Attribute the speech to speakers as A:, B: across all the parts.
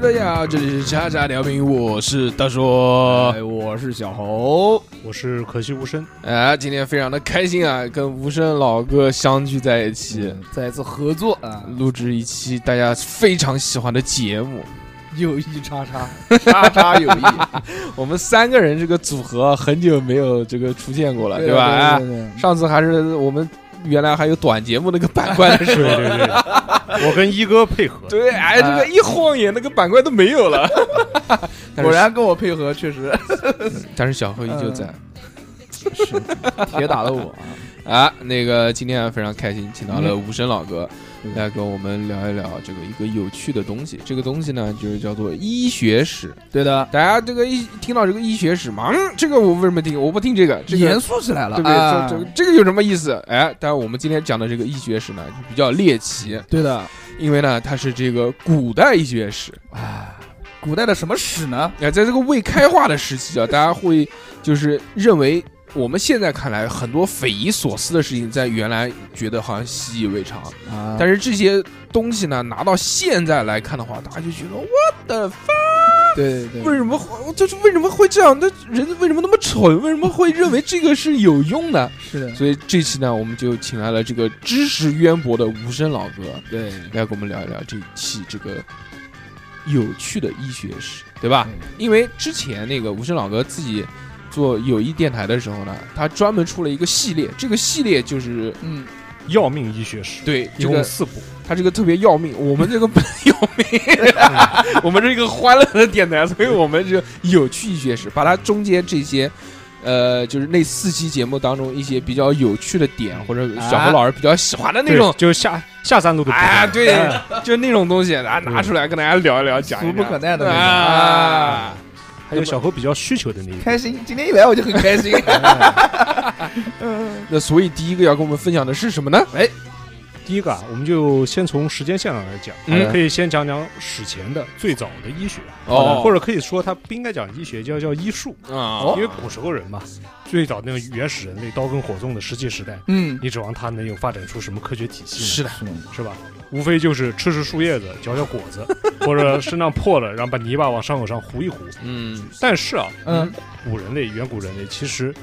A: 大家好，这里是叉叉调频，我是大硕。
B: 哎，我是小猴，
C: 我是可惜无声，
A: 哎，今天非常的开心啊，跟无声老哥相聚在一起，
B: 嗯再一次合作啊，
A: 录制一期大家非常喜欢的节目。
B: 友谊叉叉，叉叉友谊，
A: 我们三个人这个组合很久没有这个出现过了，吧？哎
B: 对对对
A: 上次还是我们原来还有短节目那个板块的时
C: 对
A: 候。
C: 对对， 我跟一哥配 合，
A: 对，哎，这个一晃眼，那个板块都没有 了。但是
B: 果，然跟我配合，确实
A: 但是小何依旧在
B: 嗯是铁打的我啊，
A: 啊。那个今天非常开心，请到了无声老哥
B: 嗯
A: 来跟我们聊一聊这个一个有趣的东西。这个东西呢，就是叫做医学史。
B: 对的，
A: 大家这个一听到这个医学史嘛，嗯，这个我为什么听？我不听这个，这个
B: 严肃起来了，
A: 对不对？
B: 啊
A: 这这这个有什么意思？哎，但是我们今天讲的这个医学史呢，就比较猎奇，
B: 对的，
A: 因为呢，它是这个古代医学史。
B: 啊，古代的什么史呢？
A: 哎，在这个未开化的时期啊，大家会就是认为我们现在看来很多匪夷所思的事情，在原来觉得好像习以为常，
B: 啊
A: 但是这些东西呢，拿到现在来看的话，大家就觉得 what the fuck，
B: 对对
A: 为
B: 对，
A: 什么会这是为什么会这样？那人为什么那么蠢？为什么会认为这个是有用的？
B: 是的，
A: 所以这期呢，我们就请来了这个知识渊博的无声老哥
B: 对，
A: 来跟我们聊一聊这一期这个有趣的医学史，对吧？因为之前那个无声老哥自己做友谊电台的时候呢，他专门出了一个系列，这个系列就是
B: 嗯，
C: 要命医学史，
A: 对
C: 一
A: 这
C: 共
A: 个
C: 四部，
A: 他这个特别要命，我们这个不 要命，我们是一个欢乐的电台，所以我们就有趣医学史，把它中间这些。呃，就是那四期节目当中一些比较有趣的点，或者小何
B: 啊
A: 老师比较喜欢的那种
C: 对，就是下下三路的部分
A: 哎，对，就是那种东西，啊，拿出来跟大家聊一聊，讲一讲
B: 俗不可耐的那种
A: 啊
B: 啊。
C: 还有小何比较需求的那一部
B: 开心，今天一来我就很开心，
A: 那所以第一个要跟我们分享的是什么呢？哎，
C: 第一个啊，我们就先从时间线上来讲，
A: 嗯
C: 可以先讲讲史前的最早的医学，
A: 哦
C: 或者可以说它不应该讲医学，叫叫医术，
A: 啊
C: 因为古时候人嘛，最早那个原始人类刀耕火种的石器时代，
B: 嗯，
C: 你指望他能有发展出什么科学体系呢？
A: 是的，
C: 是吧？无非就是吃吃树叶子，嚼嚼果 子，或者身上破了，然后把泥巴往伤口上糊一糊。
A: 嗯
C: 但是啊，
B: 嗯，
C: 古人类、远古人类其实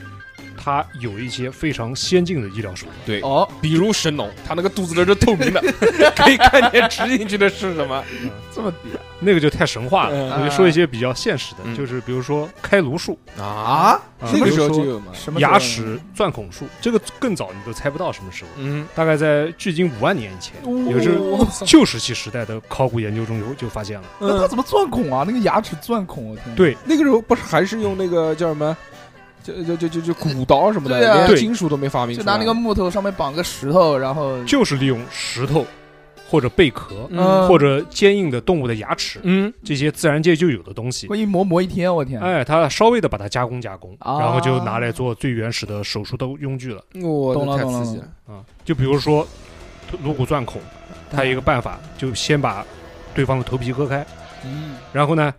C: 他有一些非常先进的医疗手段。
A: 对，
B: 哦，
A: 比如神农，他那个肚子都是透明 的，可以看见吃进去的是什么。
B: 这么
C: 那个就太神话
A: 嗯
C: 了，我就说一些比较现实的，
A: 嗯
C: 就是比如说开颅术、
A: 啊，
B: 啊，
C: 啊
A: 那
C: 比
A: 个
C: 如
A: 时候就
C: 说
A: 有嘛。
B: 什么
C: 牙齿钻孔术，这个更早你都猜不到什么时候。
A: 嗯，
C: 大概在距今五万年以前，有这
A: 我操
C: 旧石器时代的考古研究中有就发现了。
B: 那他
A: 嗯
B: 怎么钻孔啊？那个牙齿钻孔，我天，
C: 对
A: 那个时候不是还是用那个叫什么，就就就就就骨刀什么的，
B: 对啊
A: 连
C: 对
A: 金属都没发明出
B: 就
A: 来，
B: 拿那个木头上面绑个石头，然后
C: 就是利用石头或者贝壳，
A: 嗯
C: 或者坚硬的动物的牙齿，
A: 嗯
C: 这些自然界就有的东西
B: 我。一磨磨一天，我天，
C: 哎，他稍微的把它加工加工，
A: 哦
B: 啊
C: 然后就拿来做最原始的手术的用具了
A: 嗯我
B: 懂了
A: 太
B: 懂了
A: 刺激了，
C: 啊。就比如说颅骨钻孔，
B: 啊
C: 他有一个办法，就先把对方的头皮割开，
B: 嗯，
C: 然后呢，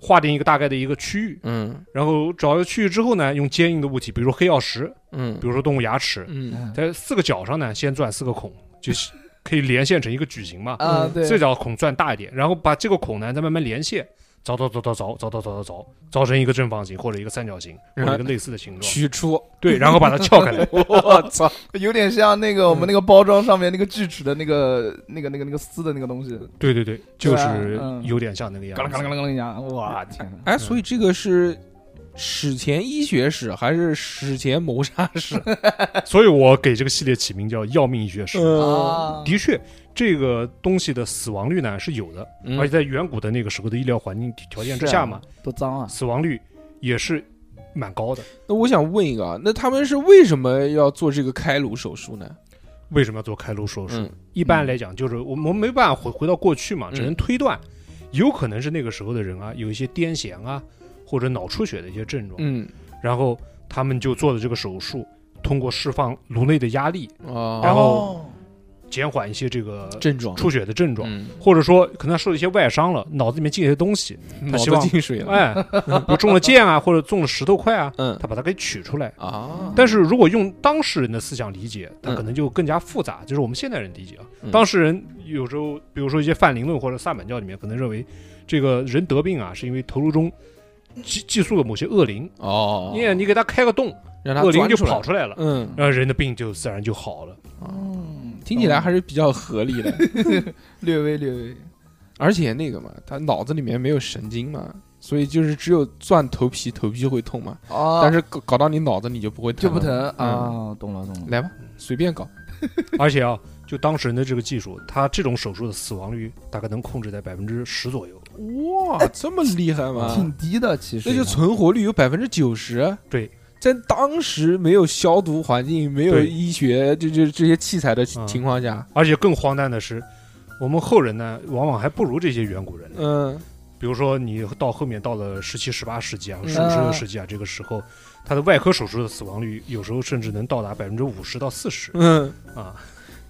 C: 划定一个大概的一个区域，
A: 嗯
C: 然后找到区域之后呢，用坚硬的物体，比如说黑曜石，
A: 嗯
C: 比如说动物牙齿，
A: 嗯
C: 在四个角上呢，先钻四个孔，就是可以连线成一个矩形嘛。
B: 啊，
A: 嗯
B: 对，
C: 这角孔钻大一点，然后把这个孔呢再慢慢连线，凿凿凿凿凿凿凿凿凿凿，凿成一个正方形或者一个三角形或者一个类似的形状。
A: 取 出，。
C: 对，然后把它撬 开来
A: 我操，
B: 有点像那个我们
C: 嗯
B: 那个包装上面那个锯齿的那个、那个、那个、那个丝的那个东西，
C: 对对对，就
B: 对
C: 是
B: 吧嗯
C: 有点像那个
B: 嘎啦
C: 样
B: 嘎啦
C: 子。
B: 嘎啦嘎啦一样，哇天哪！
A: 哎，所
C: 嗯
A: 以这个是史前医学史还是史前谋杀 史？
C: 所以我给这个系列起名叫“要命医学史”。
A: 呃
B: 啊，
C: 的确，这个东西的死亡率呢是有的，
A: 嗯
C: 而且在远古的那个时候的医疗环境条件之
B: 是
C: 下
B: 啊
C: 嘛，
B: 多脏啊！
C: 死亡率也是蛮高的。
A: 那我想问一个啊，那他们是为什么要做这个开颅手术呢？
C: 为什么要做开颅手术？
A: 嗯
C: 一般来讲，就是我们我们没办法回回到过去嘛，只能推断，有可能是那个时候的人啊，有一些癫痫啊，或者脑出血的一些症状，
A: 嗯
C: 然后他们就做了这个手术，通过释放颅内的压力，
A: 哦，
C: 然后
B: 哦
C: 减缓一些这个
A: 症状，
C: 出血的症状，
A: 嗯，
C: 或者说可能他受一些外伤了，脑子里面进了一些东西，他
A: 脑
C: 希
A: 子
C: 望
A: 进水了，
C: 哎，比如中了箭啊，或者中了石头块啊，
A: 嗯
C: 他把它给取出来。
A: 啊，
C: 但是如果用当事人的思想理解，他
A: 嗯
C: 可能就更加复杂，就是我们现代人理解啊。
A: 嗯
C: 当事人有时候，比如说一些泛灵论或者萨满教里面，可能认为这个人得病啊，是因为头颅中寄寄宿了某些恶灵，
A: 哦，
C: 你你给他开个洞，
A: 让他
C: 恶灵
A: 钻
C: 就
A: 出来
C: 跑，出来了，
A: 嗯，
C: 然后人的病就自然就好了。
B: 嗯，
A: 听起来还是比较合理的，
C: 嗯
B: 略微略微，
A: 而且那个嘛，他脑子里面没有神经嘛，所以就是只有钻头皮，头皮会痛嘛，
B: 啊
A: 但是搞搞到你脑子你就不会
B: 就不
A: 了
B: 疼
A: 嗯
B: 啊，懂了懂了，
A: 来吧，随便搞，
C: 而且啊，就当事人的这个技术，他这种手术的死亡率大概能控制在百分之十左右。
A: 哇，这么厉害吗？
B: 挺低的其实，
A: 嗯那就存活率有百分之九十。
C: 对，
A: 在当时没有消毒环境、没有
C: 对
A: 医学就就这些器材的情
C: 嗯
A: 情况下，
C: 而且更荒诞的是，我们后人呢，往往还不如这些远古人呢。
A: 嗯
C: 比如说，你到后面到了十七、十八世纪啊，
A: 嗯
C: 十五、十六世纪啊，这个时候，他的外科手术的死亡率有时候甚至能到达百分之五十到四十
A: 嗯，
C: 啊。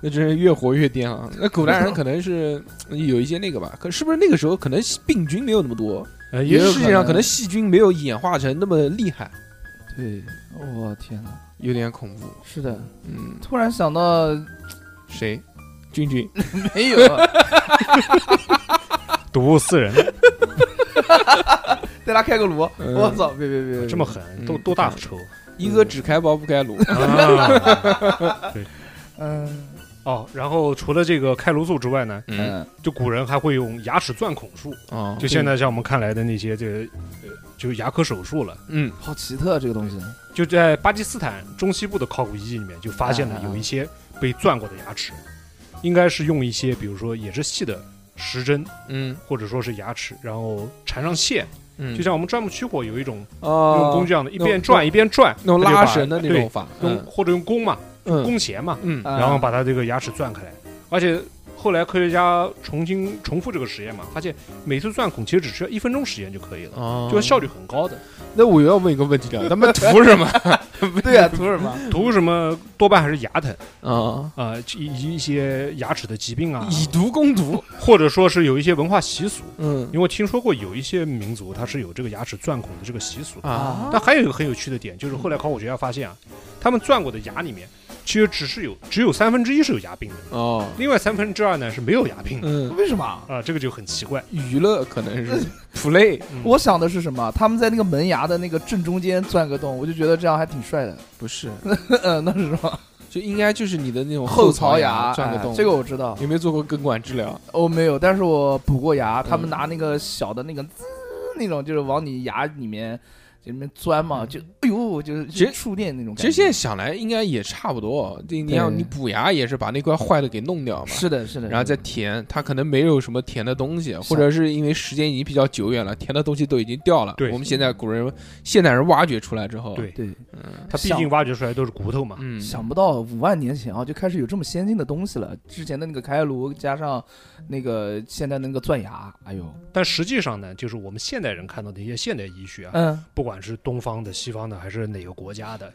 A: 那真是越活越颠啊！那古代人可能是嗯有一些那个吧，可是不是那个时候可能病菌没有那么多，
C: 呃，
A: 也
C: 也
A: 世
B: 可
A: 界上
B: 能
A: 可能细菌没有演化成那么厉害，
B: 对，我天哪，
A: 有点恐怖。
B: 是的，
A: 嗯，
B: 突然想到
A: 谁？君君，
B: 没有，
C: 睹物思人，
B: 带他开个炉，
A: 嗯
B: 我操，别别别，别
C: 这么
A: 嗯
C: 狠，都多大仇
A: 一哥只开包不开炉。
C: 啊！
B: 嗯
C: 哦，然后除了这个开颅术之外呢，
A: 嗯
B: 嗯，
C: 就古人还会用牙齿钻孔术，
A: 哦，
C: 就现在像我们看来的那些这个，呃，就是牙科手术了。
A: 嗯
B: 好奇特这个东西，
C: 就在巴基斯坦中西部的考古遗迹里面，就发现
A: 啊
C: 了有一些被钻过的牙齿，应该是用一些比如说也是细的石针，
A: 嗯
C: 或者说是牙齿，然后缠上线，
A: 嗯，
C: 就像我们钻木取火有一种用
A: 哦
C: 工具，这样的，一
A: 那种
C: 边转一边转，
A: 那种
C: 它就
A: 拉
C: 把
A: 绳的那
C: 对
A: 种法，
C: 用或者用弓嘛，
A: 嗯
C: 弓弦嘛，
A: 嗯
B: 嗯
C: 然后把它这个牙齿钻开来，而且。后来科学家重新重复这个实验嘛，发现每次钻孔其实只需要一分钟时间就可以了，
A: 哦
C: 就是效率很高的。
A: 那我又要问一个问题了，他们图什么？
B: 对呀，图什么？
C: 图什么？多半还是牙疼
A: 啊，
C: 啊、呃以以及一些牙齿的疾病啊，
A: 以毒攻毒。
C: 或者说是有一些文化习俗，
A: 嗯
C: 因为我听说过有一些民族它是有这个牙齿钻孔的这个习俗。
A: 啊，
C: 但还有一个很有趣的点，就是后来考古学家发现啊，他们钻过的牙里面，其实只是有只有三分之一是有牙病的，
A: 哦，
C: 另外三分之二呢是没有牙病的
A: 嗯，
B: 为什么？
C: 啊，这个就很奇怪。
A: 娱乐可能是 play，
C: 嗯
B: 我想的是什么？他们在那个门牙的那个正中间钻个洞，我就觉得这样还挺帅的。
A: 不是，
B: 嗯，那是什么？
A: 就应该就是你的那种槽
B: 槽
A: 钻个
B: 哎
A: 洞。
B: 这个我知道，
A: 有没有做过根管治疗？
B: 我没有，但是我补过牙。他
A: 嗯
B: 们拿那个小的那个滋那种，就是往你牙里面就里面钻嘛，就哎呦，就是
A: 嗯其实
B: 触电那种
A: 其
B: 感觉。
A: 实现在想来应该也差不多，这你要
B: 对
A: 你补牙也是把那块坏的给弄掉嘛。
B: 是的，是的，
A: 然后再
B: 是的
A: 填，它可能没有什么填的东西，或者是因为时间已经比较久远了，填的东西都已经掉了。
C: 对
A: 我们现在古人、现代人挖掘出来之后，
C: 对，
B: 对，
A: 嗯
C: 它毕竟挖掘出来都是骨头嘛，
A: 嗯，
B: 想不到五万年前啊就开始有这么先进的东西了。之前的那个开颅加上那个现在那个钻牙，哎呦，
C: 但实际上呢，就是我们现代人看到的一些现代医学啊，
B: 嗯，
C: 不管是东方的、西方的，还是哪个国家的，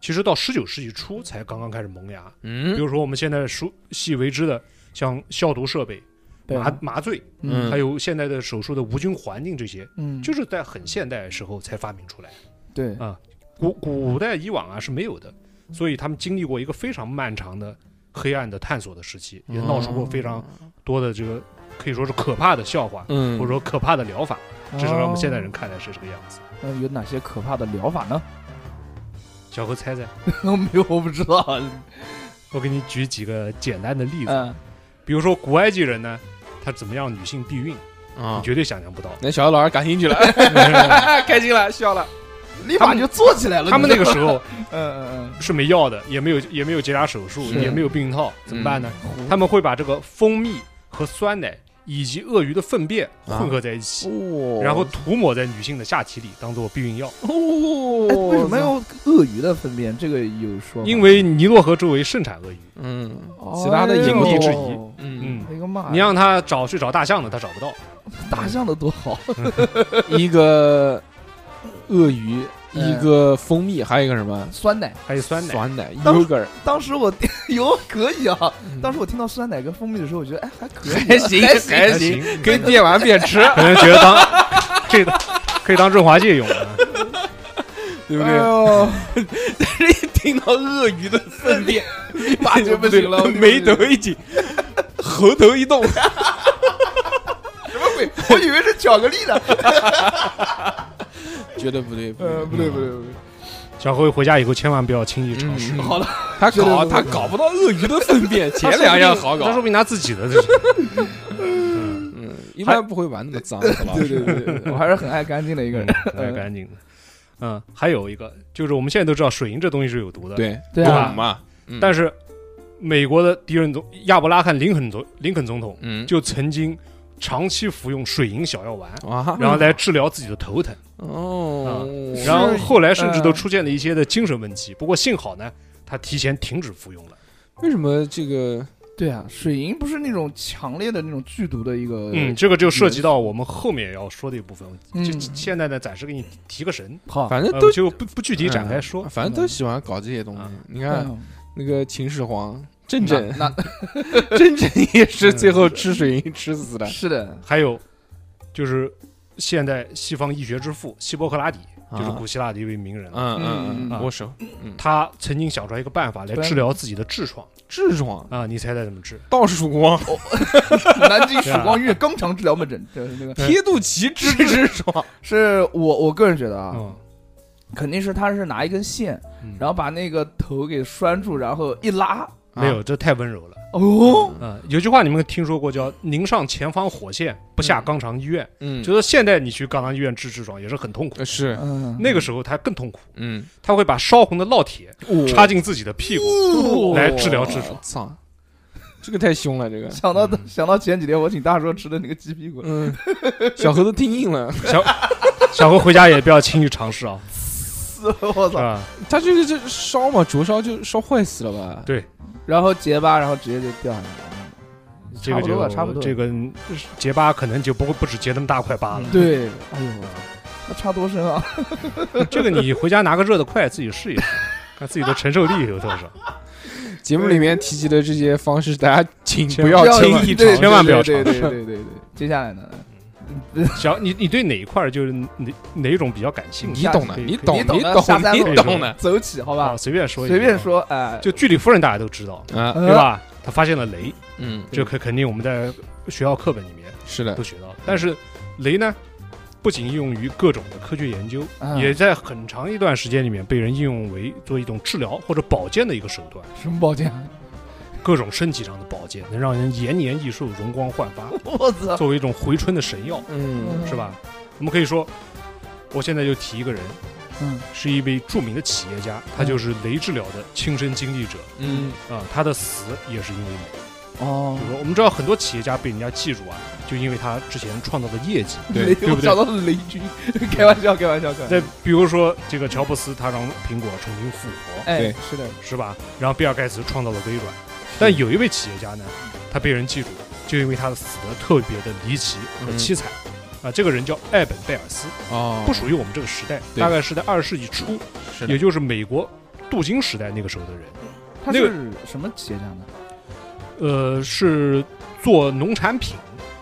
C: 其实到十九世纪初才刚刚开始萌芽。比
A: 嗯
C: 如说我们现在熟悉为之的，像消毒设备、
B: 对
C: 麻
B: 啊，
C: 麻醉，
A: 嗯
C: 还有现在的手术的无菌环境这些，
B: 嗯，
C: 就是在很现代的时候才发明出来。
B: 对
C: 啊，古古代以往啊是没有的，所以他们经历过一个非常漫长的黑暗的探索的时期，也闹出过非常多的这个可以说是可怕的笑话，
A: 嗯，
C: 或者说可怕的疗法，至少让我们现代人
B: 哦。
C: 看来是这个样子。
B: 那哦有哪些可怕的疗法呢？
C: 小何猜猜，
B: 没有，我不知道。啊
C: 我给你举几个简单的例子，
B: 嗯，
C: 比如说古埃及人呢，他怎么样女性避孕，
A: 啊
C: 你，绝对想象不到。
A: 那小姚老师感兴趣了，
B: 哎
A: 开心了，笑了。
B: 立马就坐起来了。
C: 他们那个
B: 你知
C: 时候
B: 道吗，嗯嗯
C: 是没药的，也没有也没有结扎手术，
A: 是
C: 也没有避孕套，怎么办呢？
B: 嗯，
C: 他们会把这个蜂蜜和酸奶以及鳄鱼的粪便混合在一起，
A: 哦
C: 然后涂抹在女性的下体里，当做避孕药。
A: 哦
B: 哎为什么要鳄鱼的粪便？这个有说吗
C: 因为尼罗河周围盛产鳄鱼，
A: 嗯
B: 哦
A: 其他的
C: 因地制
B: 哎呦
C: 宜
A: 嗯，
B: 哎呦妈呀！
C: 你让他找去找大象的，他找不到。
B: 大象的多好，
A: 嗯一个鳄鱼，
B: 嗯
A: 一个蜂蜜，还有一个什么
B: 酸奶。
C: 还有酸奶，
A: 酸奶
B: 当
A: yogurt，
B: 当时我 哟，可以啊！
C: 嗯
B: 当时我听到酸奶跟蜂蜜的时候，我觉得哎还可以，
A: 还行
B: 还
A: 还
C: 还
A: 行
C: 行，
A: 跟电玩便 吃，
C: 可能觉得当 这个可以当润滑剂用啊的，
A: 对不
B: 哎
A: 对？
B: 呦，
A: 但是一听到鳄鱼的粪 便，
B: 立马就不行了，
A: 眉头一紧，喉头一 动，
B: 什么鬼？我以为是巧克力 呢。
A: 觉得不对，不
B: 呃，
A: 对。
B: 不对不对不对，
C: 小辉回家以后千万不要轻易尝试。
A: 嗯
B: 好了，
A: 他
B: 觉得
A: 搞
B: 不
A: 他
B: 对
A: 搞不到鳄鱼的粪便，前两样好
C: 他说
A: 搞，
C: 不定拿自己的这是。嗯，
A: 嗯，一般不会玩那么脏，老
B: 对
A: 师
B: 对对 对，我还是很爱干净的一 个人。
C: 太哎干净了。嗯，还有一个就是我们现在都知道水银这东西是有毒的，
A: 对
B: 对
C: 啊
A: 懂嘛？嗯
C: 但是美国的敌人总亚伯拉罕·林肯总林肯总统
A: 嗯，
C: 就曾经长期服用水银小药丸，
A: 啊，
C: 然后来治疗自己的头疼，
A: 哦，
B: 是
C: 然后后来甚至都出现了一些的精神问题。不过幸好呢，他提前停止服用了。
A: 为什么这个
B: 对啊，水银不是那种强烈的那种剧毒的一个，
C: 嗯，，这个就涉及到我们后面要说的一部分。
B: 嗯
C: 就现在呢，暂时给你提个神，
B: 好，
A: 反正
C: 呃
A: 都嗯
C: 就不不具体展开说。
A: 反正都喜欢搞这些东西
C: 啊。
A: 你看
B: 嗯
A: 那个秦始皇郑振，
B: 那
A: 郑振也是最后吃水银吃死的
B: 那是的，
C: 还有就是现代西方医学之父希波克拉底，就是古希腊的一位名人，
A: 嗯嗯
B: 嗯
A: 嗯，
C: 嗯
A: 我手
C: 他曾经想出来一个办法来治疗自己的痔疮
A: 痔疮
C: 啊，你猜猜怎么治？
A: 倒曙光
B: 南京曙光医院肛肠治疗门诊，对那个
C: 嗯
A: 贴肚脐治痔疮，
B: 是我我个人觉得啊，
C: 嗯，
B: 肯定是他是拿一根线，
C: 嗯
B: 然后把那个头给拴住，然后一拉，
C: 没有，
A: 啊
C: 这太温柔了。
B: 哦，
C: 嗯，有句话你们听说过，叫“宁上前方火线，不下肛肠医院”。
A: 嗯，
C: 就是现在你去肛肠医院治痔疮也是很痛苦，
A: 呃是
B: 嗯，
C: 那个时候他更痛苦，
A: 嗯，
C: 他会把烧红的烙铁插进自己的屁股，
B: 哦
C: 来治疗痔疮。
A: 操，这个太凶了，这个
B: 想到
C: 嗯
B: 想到前几天我请大叔吃的那个鸡屁 股，
A: 嗯，小猴子听硬了，
C: 小何回家也不要轻易尝 试啊，
B: 死了我
C: 是
B: 操！
C: 吧？
A: 他这个这烧嘛，灼烧就烧坏死了吧？
C: 对
B: 然后结巴，然后直接就掉下来了。
C: 嗯这
B: 差
C: 个
B: 不多吧，
C: 就
B: 差不多。
C: 这个结疤可能就不会不止结那么大块疤了。
B: 对，哎呦，那差多深啊！
C: 这个你回家拿个热的筷自己试 一试，看自己的承受力有多少。
A: 节目里面提及的这些方式，大家请
C: 千
A: 不
C: 万
A: 要
C: 不
A: 轻
C: 要
A: 易尝
B: 对对
A: 试
C: 千万不要
B: 对
C: 尝
B: 对对对对对。接下来呢？
C: 小你你对哪一块儿就是哪哪一种比较感兴
A: 你
C: 趣？
A: 懂的，
C: 可以
A: 你
C: 可以
A: 懂，
B: 你懂
A: 你
B: 的
A: 懂
B: 下，三
A: 你
B: 路
A: 懂的
B: 走起，好吧
C: 啊，，随便说一个，
B: 随便说，哎，
C: 就居里夫人大家都知道，
A: 啊，
C: 对
B: 呃？
C: 吧？她发现了雷，
A: 嗯，
C: 这可肯定我们在学校课本里面
A: 是的
C: 都，学到。但是雷呢，不仅应用于各种的科学研究，
B: 啊
C: 也在很长一段时间里面被人应用为做一种治疗或者保健的一个手段，
B: 什么保健？
C: 各种身体上的保健，能让人延年益寿、容光焕发，
B: 我操！
C: 作为一种回春的神药，
A: 嗯
C: 是吧？我们可以说，我现在就提一个人，
B: 嗯，
C: 是一位著名的企业家，他就是雷治疗的亲身经历者
A: 嗯
C: 啊、他的死也是因为美。
B: 哦
C: 比如说，我们知道很多企业家被人家记住啊，就因为他之前创造的业绩。
A: 对
B: 雷，我
C: 不对
B: 找到了雷军，开玩笑，开玩笑，开玩笑
C: 再。比如说，这个乔布斯他让苹果重新复活，
B: 哎
A: 对，
B: 是的，
C: 是吧？然后比尔盖茨创造了微软。但有一位企业家呢，他被人记住，就因为他死的特别的离奇和
A: 嗯
C: 凄惨。啊，这个人叫艾本贝尔斯，
A: 哦，
C: 不属于我们这个时代，
A: 对
C: 大概是在二十世纪初，
A: 是
C: 也
A: 的，
C: 就是美国镀金时代那个时候的人。
B: 他
C: 那个
B: 是什么企业家呢？
C: 呃，是做农产品，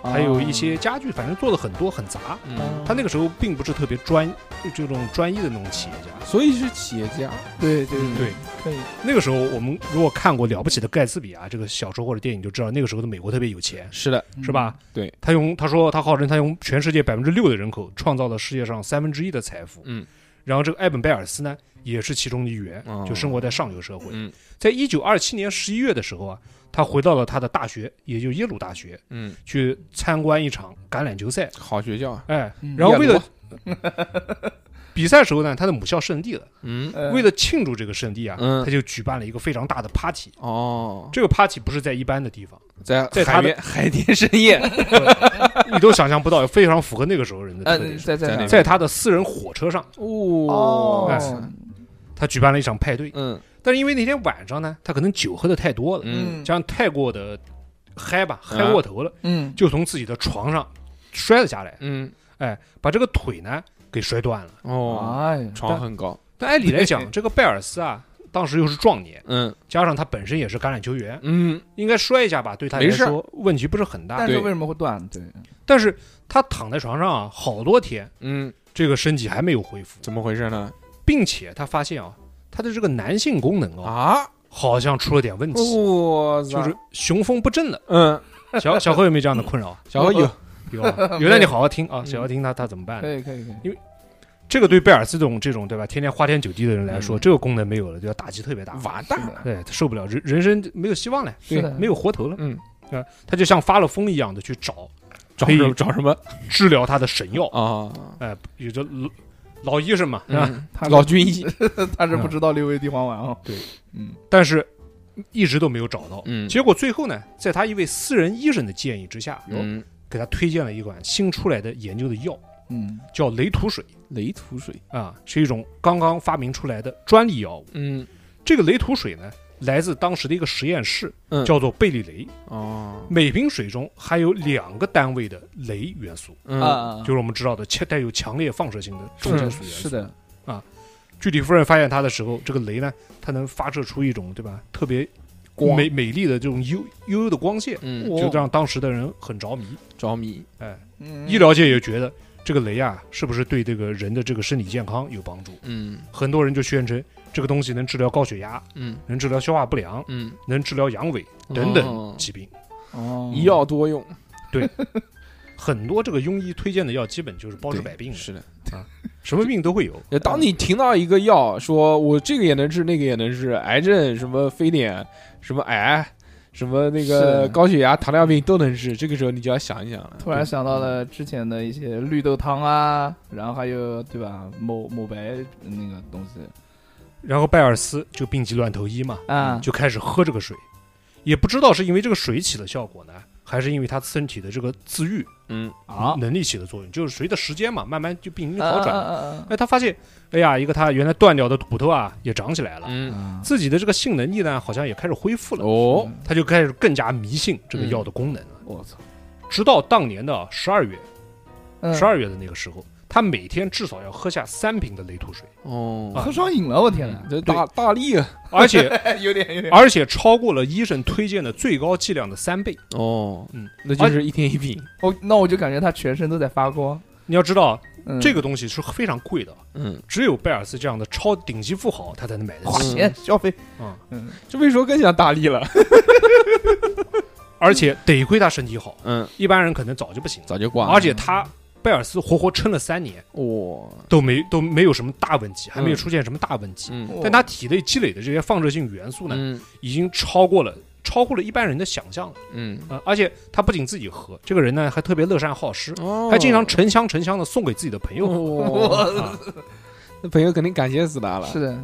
C: 还有一些
B: 哦，
C: 家具，反正做的很多很杂。
A: 嗯，
C: 他那个时候并不是特别专，这种专一的那种企业家。
A: 所以是企业家，
B: 对对
A: 嗯
C: 对，
B: 可以，
C: 那个时候我们如果看过《了不起的盖茨比》啊，这个小说或者电影，就知道那个时候的美国特别有钱，
A: 是的，
B: 嗯
C: 是吧？？
A: 对，
C: 他用他说他号称他用全世界百分之六的人口创造了世界上三分之一的财富。
A: 嗯，
C: 然后这个艾本贝尔斯呢，也是其中的一员，
A: 哦
C: 就生活在上流社会。
A: 嗯
C: 在一九二七年十一月的时候啊，他回到了他的大学，也就耶鲁大学，
A: 嗯，
C: 去参观一场橄榄球赛。
A: 好学校，啊，
C: 哎
B: 嗯，
C: 然后为
A: 耶鲁
C: 了
A: 啊
C: 比赛时候呢，他的母校圣地了，
A: 嗯，
B: 呃
C: 为了庆祝这个圣地啊，
A: 嗯
C: 他就举办了一个非常大的 party。
A: 哦，
C: 这个 party 不是在一般的地方，
A: 在
C: 在
A: 海
C: 他的
A: 边 海天盛宴，
C: 你都想象不到，非常符合那个时候人的
B: 呃
C: 特点。
A: 在
B: 在在
A: 那
B: 哪
A: 边
C: 在他的私人火车上，
A: 哦
C: 哎他举办了一场派对，
A: 嗯
C: 但是因为那天晚上呢，他可能酒喝的太多了，
A: 嗯
B: 嗯
C: 加上太过的嗨吧，
A: 嗯
C: 嗨过头了，
B: 嗯，
C: 就从自己的床上摔了下来，
A: 嗯，
C: 哎，把这个腿呢给摔断了。
A: 哦，
B: 哎呀，
A: 床很高，
C: 但按理来讲，这个贝尔斯啊，当时又是壮年，
A: 嗯
C: 加上他本身也是橄榄球员，
A: 嗯，
C: 应该摔一下吧，对他来
A: 没事
C: 说问题不是很大
B: 但。是
A: 对
B: 为什么会断？对，
C: 但是他躺在床上啊，好多天，
A: 嗯，
C: 这个身体还没有恢复，
A: 怎么回事呢？
C: 并且他发现啊，他的这个男性功能啊，
A: 啊，哦
C: 好像出了点问题，
A: 我操，
C: 就是雄风不 振了。
A: 嗯，呃
C: 小小何有没有这样的 困扰？
A: 小何有，
C: 有啊，有的你好好听
A: 嗯
C: 啊，小何听他他怎么办呢
B: 可？以可以可以。
C: 这个对贝尔斯这种这种对吧，天天花天酒地的人来说，
A: 嗯
C: 这个功能没有了，对吧？打击特别大，
A: 完
B: 是
A: 蛋，
B: 的
C: 对他受不了，人人生没有希望了，
B: 是的
C: 没有活头了，
A: 嗯，
C: 啊，他就像发了疯一样的去找
A: 找
C: 可以
A: 什么找什么
C: 治疗他的神药，
A: 啊？
C: 哎，有的老老医生嘛，是吧？
A: 嗯
B: 他，
A: 老军医，
B: 他是不知道六味地黄丸哦。
C: 对，
B: 嗯，
C: 但是一直都没有找到，
A: 嗯
C: 结果最后呢，在他一位私人医生的建议之下，
A: 嗯，
C: 给他推荐了一款新出来的研究的药，
B: 嗯，
C: 叫雷土水
A: 雷土水，
C: 啊，是一种刚刚发明出来的专利药物。
A: 嗯，
C: 这个雷土水呢，来自当时的一个实验室，
A: 嗯
C: 叫做贝利雷。
A: 哦，
C: 每瓶水中含有两个单位的雷元素，
A: 嗯，
B: 啊，
C: 就是我们知道的强带有强烈放射性的重金属元素。
B: 是。的，
C: 具体夫人发现它的时候，这个雷呢，它能发射出一种对吧，特别
A: 光
C: 美美丽的这种幽幽幽的光线，
A: 嗯
B: 哇
C: 就让当时的人很着迷。
A: 着迷，
C: 哎，
B: 嗯
C: 医疗界也觉得这个雷啊，是不是对这个人的这个身体健康有帮助？
A: 嗯
C: 很多人就宣称这个东西能治疗高血压，
A: 嗯
C: 能治疗消化不良，
A: 嗯，
C: 能治疗阳痿等等
A: 哦
C: 疾病。
B: 哦
A: 一药多用，
C: 很多这个庸医推荐的药，基本就是包治百病的，
A: 是的。
C: 什么病都会有。
A: 呃当你听到一个药，说我这个也能治，那个也能治，癌症什么非典，什么癌，什么那个
B: 是
A: 高血压、糖尿病都能治，这个时候你就要想一想了。
B: 突然想到了之前的一些绿豆汤啊，然后还有对吧某某白那个东西
C: 然后拜尔斯就病急乱投医嘛，
B: 啊，
C: 就开始喝这个水，也不知道是因为这个水起了效果呢，还是因为他身体的这个自愈
A: 嗯，
B: 啊
C: 能力起了作用，就是随着时间嘛，慢慢就病情
B: 啊
C: 好转。
B: 啊啊
C: 哎，他发现，哎呀，一个他原来断掉的骨头啊，也长起来了，
A: 嗯
B: 啊
C: 自己的这个性能力呢，好像也开始恢复了，
A: 哦，
C: 他就开始更加迷信这个
A: 嗯
C: 药的功能了。
B: 我操，
C: 直到当年的十二月，
B: 嗯
C: 十二月的那个时候，他每天至少要喝下三瓶的雷 土水，
A: 哦，
B: 喝上瘾了，我天
A: 嗯
B: 哪，
A: 这大大力啊，
C: 而且
B: 有点有点
C: 而且超过了医生推荐的最高剂量的三倍。
A: 哦，
C: 嗯，
A: 那就是一天一品，
B: 哦，那我就感觉他全身都在发光。
C: 你要知道，
B: 嗯
C: 这个东西是非常贵的，
A: 嗯，
C: 只有贝尔斯这样的超顶级富豪他才能买得
B: 花
C: 起。
B: 钱消费，
C: 嗯，
B: 嗯，
A: 这么一说更像大力了，
C: 而且得亏他身体好，
A: 嗯，
C: 一般人可能早就不行了。
A: 早就挂了
C: 而，且他贝尔斯活活撑了三年，
A: 哇，
C: 都没都没有什么大问题，还没
A: 嗯
C: 有出现什么大问题。
A: 嗯
C: 但他体内积累的这些放射性元素呢，
A: 嗯
C: 已经超过了超过了一般人的想象了
A: 嗯，
C: 啊、而且他不仅自己喝，这个人呢还特别乐善好施，
A: 哦
C: 还经常成箱成箱的送给自己的朋友喝。
A: 哇，
C: 啊
A: 那 朋友肯定感谢死
C: 嗯
A: 他了，
B: 是的，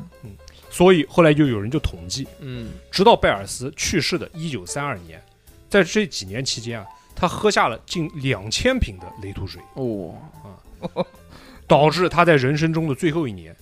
C: 所以后来就有人就统计，
A: 嗯，
C: 直到贝尔斯去世的1932年，在这几年期间啊，他喝下了近两千瓶的雷土水，
A: 哦，
C: 导致他在人生中的最后一年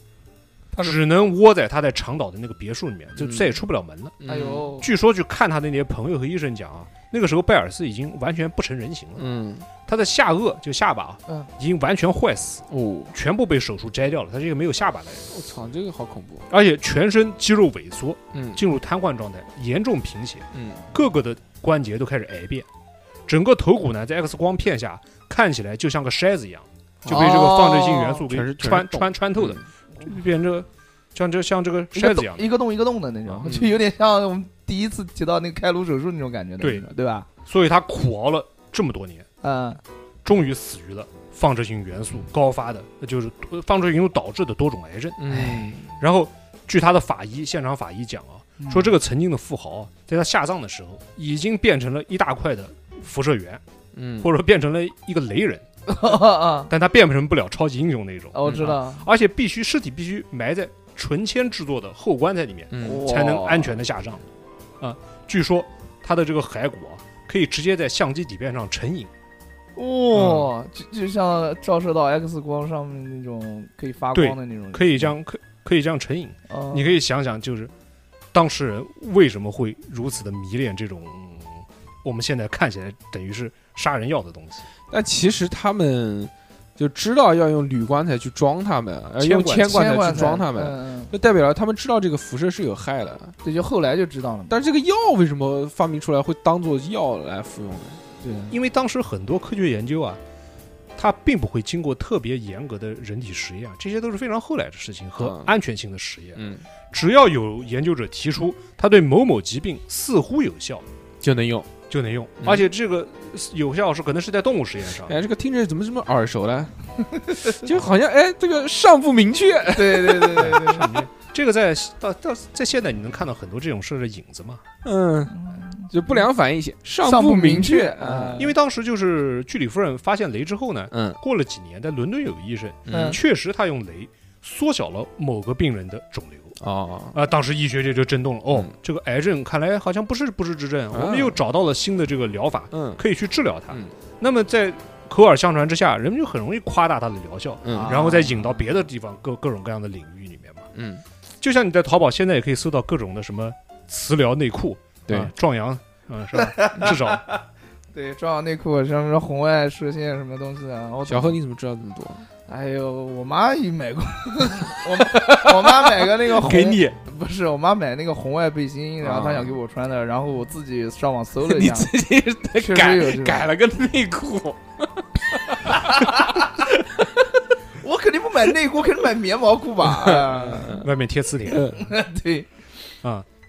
B: 他，是
C: 只能窝在他在长岛的那个别墅里面，就
A: 嗯
C: 再也出不了门了。
A: 嗯
B: 哎，呦，
C: 据说去看他的那些朋友和医生讲啊，那个时候贝尔斯已经完全不成人形了，
A: 嗯，
C: 他的下颚就下巴啊，
B: 嗯
C: 已经完全坏死，
A: 哦，
C: 全部被手术摘掉了，他是一个没有下巴的人，
A: 我操，这个好恐怖，
C: 而且全身肌肉萎缩，
A: 嗯
C: 进入瘫痪状态，严重贫血。
A: 嗯，
C: 各个的关节都开始癌变，整个头骨呢在 X 光片下看起来就像个筛子一样，就被这个放射性元素
A: 哦
C: 给
A: 全是全是嗯
C: 穿
A: 洞
C: 穿穿透的，就变成这个像这像这个
B: 一个
C: 筛子一
B: 洞
C: 样的。
B: 一个洞一个洞的那种，
A: 嗯
B: 就有点像我们第一次提到那个开颅手术那种感觉的那
C: 对
B: 种，对吧？
C: 所以他苦熬了这么多年，
B: 嗯，
C: 终于死于了放射性元素高发的，那就是呃放射性元素导致的多种癌症。
A: 嗯，
C: 然后据他的法医现场法医讲啊，说这个曾经的富豪啊在他下葬的时候已经变成了一大块的辐射源，
A: 嗯，
C: 或者说变成了一个雷人，
B: 个啊，
C: 但他变成不了超级英雄那种。
B: 哦我知道，
C: 而且必须尸体必须埋在纯铅制作的厚棺材里面，
A: 嗯，
B: 哇
C: 才能安全的下葬。啊，据说他的这个骸骨啊，可以直接在相机底片上成影，
B: 哇，就就像照射到 X 光上面那种可以发光的那种，
C: 可以这样可可以这样成影。
B: 哦，
C: 你可以想想，就是当事人为什么会如此的迷恋这种嗯我们现在看起来等于是杀人药的东西。
A: 但其实他们就知道要用铝棺材去装它们，要用铅
C: 铅
A: 棺材
B: 棺
A: 去
B: 材
A: 装它们，
B: 嗯，嗯
A: 就代表了他们知道这个辐射是有害的。
B: 对，就后来就知道了嘛。
A: 但是这个药为什么发明出来会当做药来服用呢？
B: 对，
C: 因为当时很多科学研究啊，它并不会经过特别严格的人体实验，啊这些都是非常后来的事情和
A: 嗯
C: 安全性的实验。
A: 嗯，
C: 只要有研究者提出它对某某疾病似乎有效，
A: 就能用。
C: 就能用，
A: 嗯
C: 而且这个有效是可能是在动物实验上。
A: 哎，这个听着怎么这么耳熟呢？ 就好像哎，这个尚不明确。
B: 对对对对对，
C: 这个在到到在现在你能看到很多这种事的影子嘛？
A: 嗯，就不良反应些，尚
B: 尚不
A: 明
B: 明确
A: 啊
B: 嗯
C: 因为当时就是居里夫人发现雷之后呢，
A: 嗯
C: 过了几年，在伦敦有个医生，
B: 嗯
C: 确实他用雷缩小了某个病人的肿瘤。
A: 哦，
C: 啊、当时医学界就震动了，哦，
A: 嗯
C: 这个癌症看来好像不是不治之症，
A: 啊
C: 我们又找到了新的这个疗法，
A: 嗯
C: 可以去治疗它。
A: 嗯
C: 那么在口耳相传之下，人们就很容易夸大它的疗效，
A: 嗯
B: 啊
C: 然后再引到别的地方各各种各样的领域里面嘛。
A: 嗯，
C: 就像你在淘宝现在也可以搜到各种的什么磁疗内裤，
A: 对
C: 啊，壮阳，嗯、是吧？至少
B: 对，中小内裤像什么红外射线什么东西啊，我
A: 小何你怎么知道这么多？
B: 哎呦，我妈也买过， 我妈我妈买个那个红，
C: 给你，
B: 不是我妈买那个红外背心，然后她
A: 啊
B: 想给我穿的，然后我自己上网搜了一
A: 你
B: 下，
A: 自己
B: 确实有这
A: 改
B: 种
A: 改了个内裤，
B: 我肯定不买内裤，肯定买棉毛 裤吧？ 啊
C: 外面贴磁铁
A: 呃
C: 啊、
B: 对，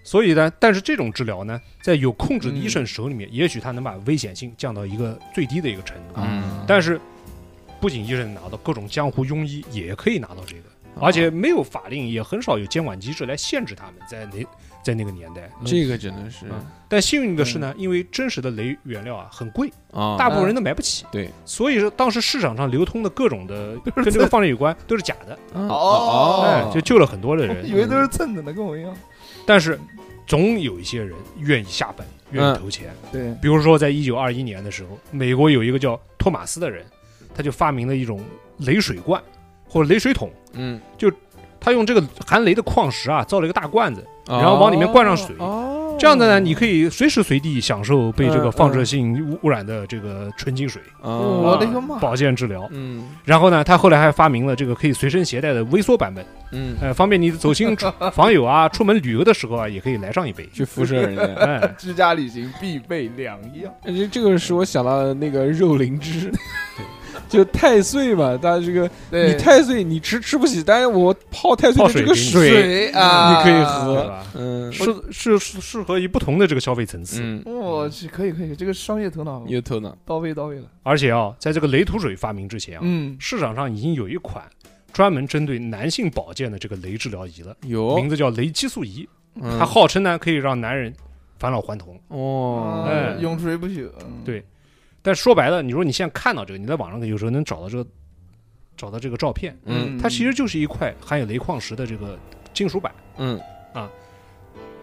C: 所以呢，但是这种治疗呢，在有控制的
A: 嗯
C: 医生手里面，也许他能把危险性降到一个最低的一个程度。
A: 嗯
C: 但是不仅医生拿到，各种江湖庸医也可以拿到这个，
A: 啊
C: 而且没有法令，也很少有监管机制来限制他们在那在那个年代。
A: 哦这个真的是
C: 嗯但幸运的是呢，因为真实的雷原料啊很贵，
A: 啊，
C: 大部分人都买不起。
A: 对，
C: 所以说当时市场上流通的各 种的跟这个放射有关都是假的，
A: 嗯
B: 哦
C: 哎，就救了很多的
B: 我 以
A: 啊
C: 人。
B: 为都是蹭的呢，跟我一样。
C: 但是总有一些人愿意下本，愿意投钱。
A: 嗯
B: 对，
C: 比如说，在一九二一年的时候，美国有一个叫托马斯的人，他就发明了一种雷水罐或者雷水桶，
A: 嗯，
C: 他用这个含雷的矿石啊造了一个大罐子，
A: 然
C: 然后往里面灌上水。
A: 嗯哦，
C: 这样的呢，你可以随时随地享受被这
A: 嗯
C: 个放射性污染的这个纯净水，啊
B: 我
A: 哦，
B: 的个妈！
C: 保健治疗。
A: 嗯
C: 然后呢，他后来还发明了这个可以随身携带的微缩版本，
A: 嗯，
C: 呃，方便你走亲出访友啊、出门旅游的时候啊，也可以来上一杯。
A: 去辐射人家。
C: 哎，
B: 居家旅行必备良药。
A: 这这个使我想到那个肉灵芝 就
C: 对，
A: 太岁嘛，它这个
B: 对，
A: 你太岁你吃吃不起，但是我泡太岁
C: 泡
A: 的这个
C: 水给你
B: 水啊，
A: 你可以喝
C: 对吧？
A: 嗯
C: 是是是适合于不同的这个消费层次。
A: 嗯，
B: 我去，哦可以可以，这个商业头脑
A: 有头脑，
B: 到位到位了。
C: 而且啊，在这个雷土水发明之前啊，
B: 嗯，
C: 市场上已经有一款专门针对男性保健的这个雷治疗仪了，
A: 有
C: 名，字叫雷激素仪，
A: 哦嗯
C: 它号称呢可以让男人返老还童。
A: 哦，
C: 哎
B: 啊永垂不朽。嗯
C: 对但说白了，你说你现在看到这个，你在网上有时候能找到这个找到这个照片，
A: 嗯
C: 它其实就是一块含有雷矿石的这个金属板。
A: 嗯，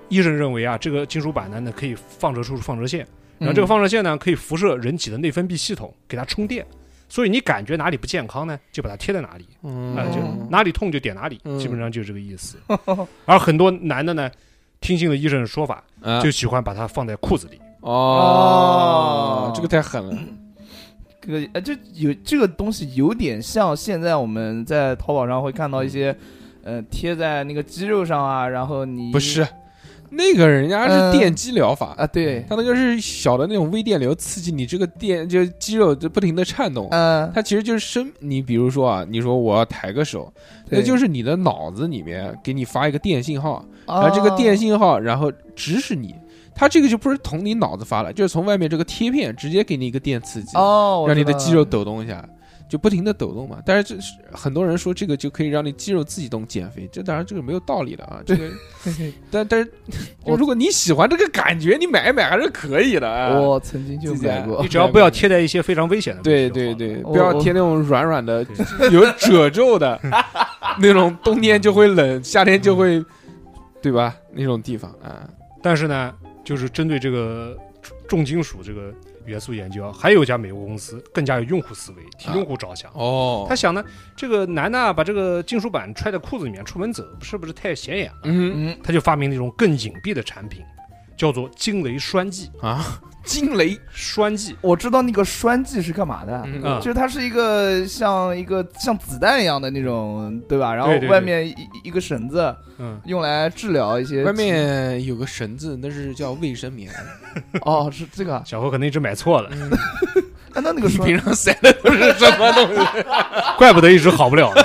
C: 医生认为啊，这个金属板呢，那可以放射出放射线，
A: 嗯
C: 然后
B: 嗯
C: 这个放射线呢，可以辐射人体的内分泌系统，给它充电。所以你感觉哪里不健康呢，就把它贴在哪里，
A: 嗯
C: 啊、就
B: 嗯
C: 哪里痛就点哪里，
A: 嗯
C: 基本上就是这个 意思。而很多男的呢，听信了医生的说法，
A: 啊
C: 就喜欢把它放在裤子里。
A: 哦
B: 哦，
A: 这个太狠了，
B: 这个呃，就有这个东西有点像现在我们在淘宝上会看到一些，
C: 嗯
B: 呃，贴在那个肌肉上啊，然后你
A: 不是，那个人家
B: 嗯
A: 是电击疗法
B: 啊，对，
A: 它那个是小的那种微电流刺激你这个电，就肌肉就不停的颤动。
B: 嗯，
A: 它其实就是伸，你比如说啊，你说我要抬个手，那
B: 对
A: 就是你的脑子里面给你发一个电信号，然
B: 然
A: 后这个电信号然后指使你，它这个就不是从你脑子发了，就是从外面这个贴片直接给你一个电刺激，
B: 哦，我
A: 让你的
B: 知道
A: 肌肉
B: 了
A: 抖动一下，就不停的抖动嘛。但是这是很多人说这个就可以让你肌肉自己动减肥，这当然这个没有道理的啊。这 个，但但是
B: 我
A: 如果你喜欢这个感觉，你买一买还是可以的啊。
B: 我曾经就
A: 自己
B: 买过
C: 你，只要不要贴在一些非常危险的
A: 对
C: 位置就好
A: 哦对对，
C: 了
B: 我
A: 不要贴那种软软的
C: 对、
A: 有褶皱的 那种，冬天就会冷，夏天
B: 嗯
A: 就会，对吧？那种地方啊，
C: 但是呢，就是针对这个重金属这个元素研究啊，还有一家美国公司更加有用户思维，替
A: 啊
C: 用户着想。
A: 哦
C: 他，想呢，这个男的啊把这个金属板揣在裤子里面出门走，是不是太显眼了？
A: 嗯
B: 嗯，
C: 他就发明了一种更隐蔽的产品，叫做惊雷栓剂
A: 啊。惊雷，
C: 栓剂，
B: 我知道那个栓剂是干嘛的，
A: 嗯
C: 啊
B: 就是它是一个像一个像子弹一样的那种，对吧？然后
C: 对对对
B: 外面一一一个绳子
C: 嗯，
B: 用来治疗一些
A: 外面有个绳子，那是叫卫生 棉，
B: 哦，是这个啊。
C: 小何可能一直买错了，
B: 那那那个
A: 你
B: 栓
A: 平常塞的都是什么东西？
C: 怪不得一直好不了呢。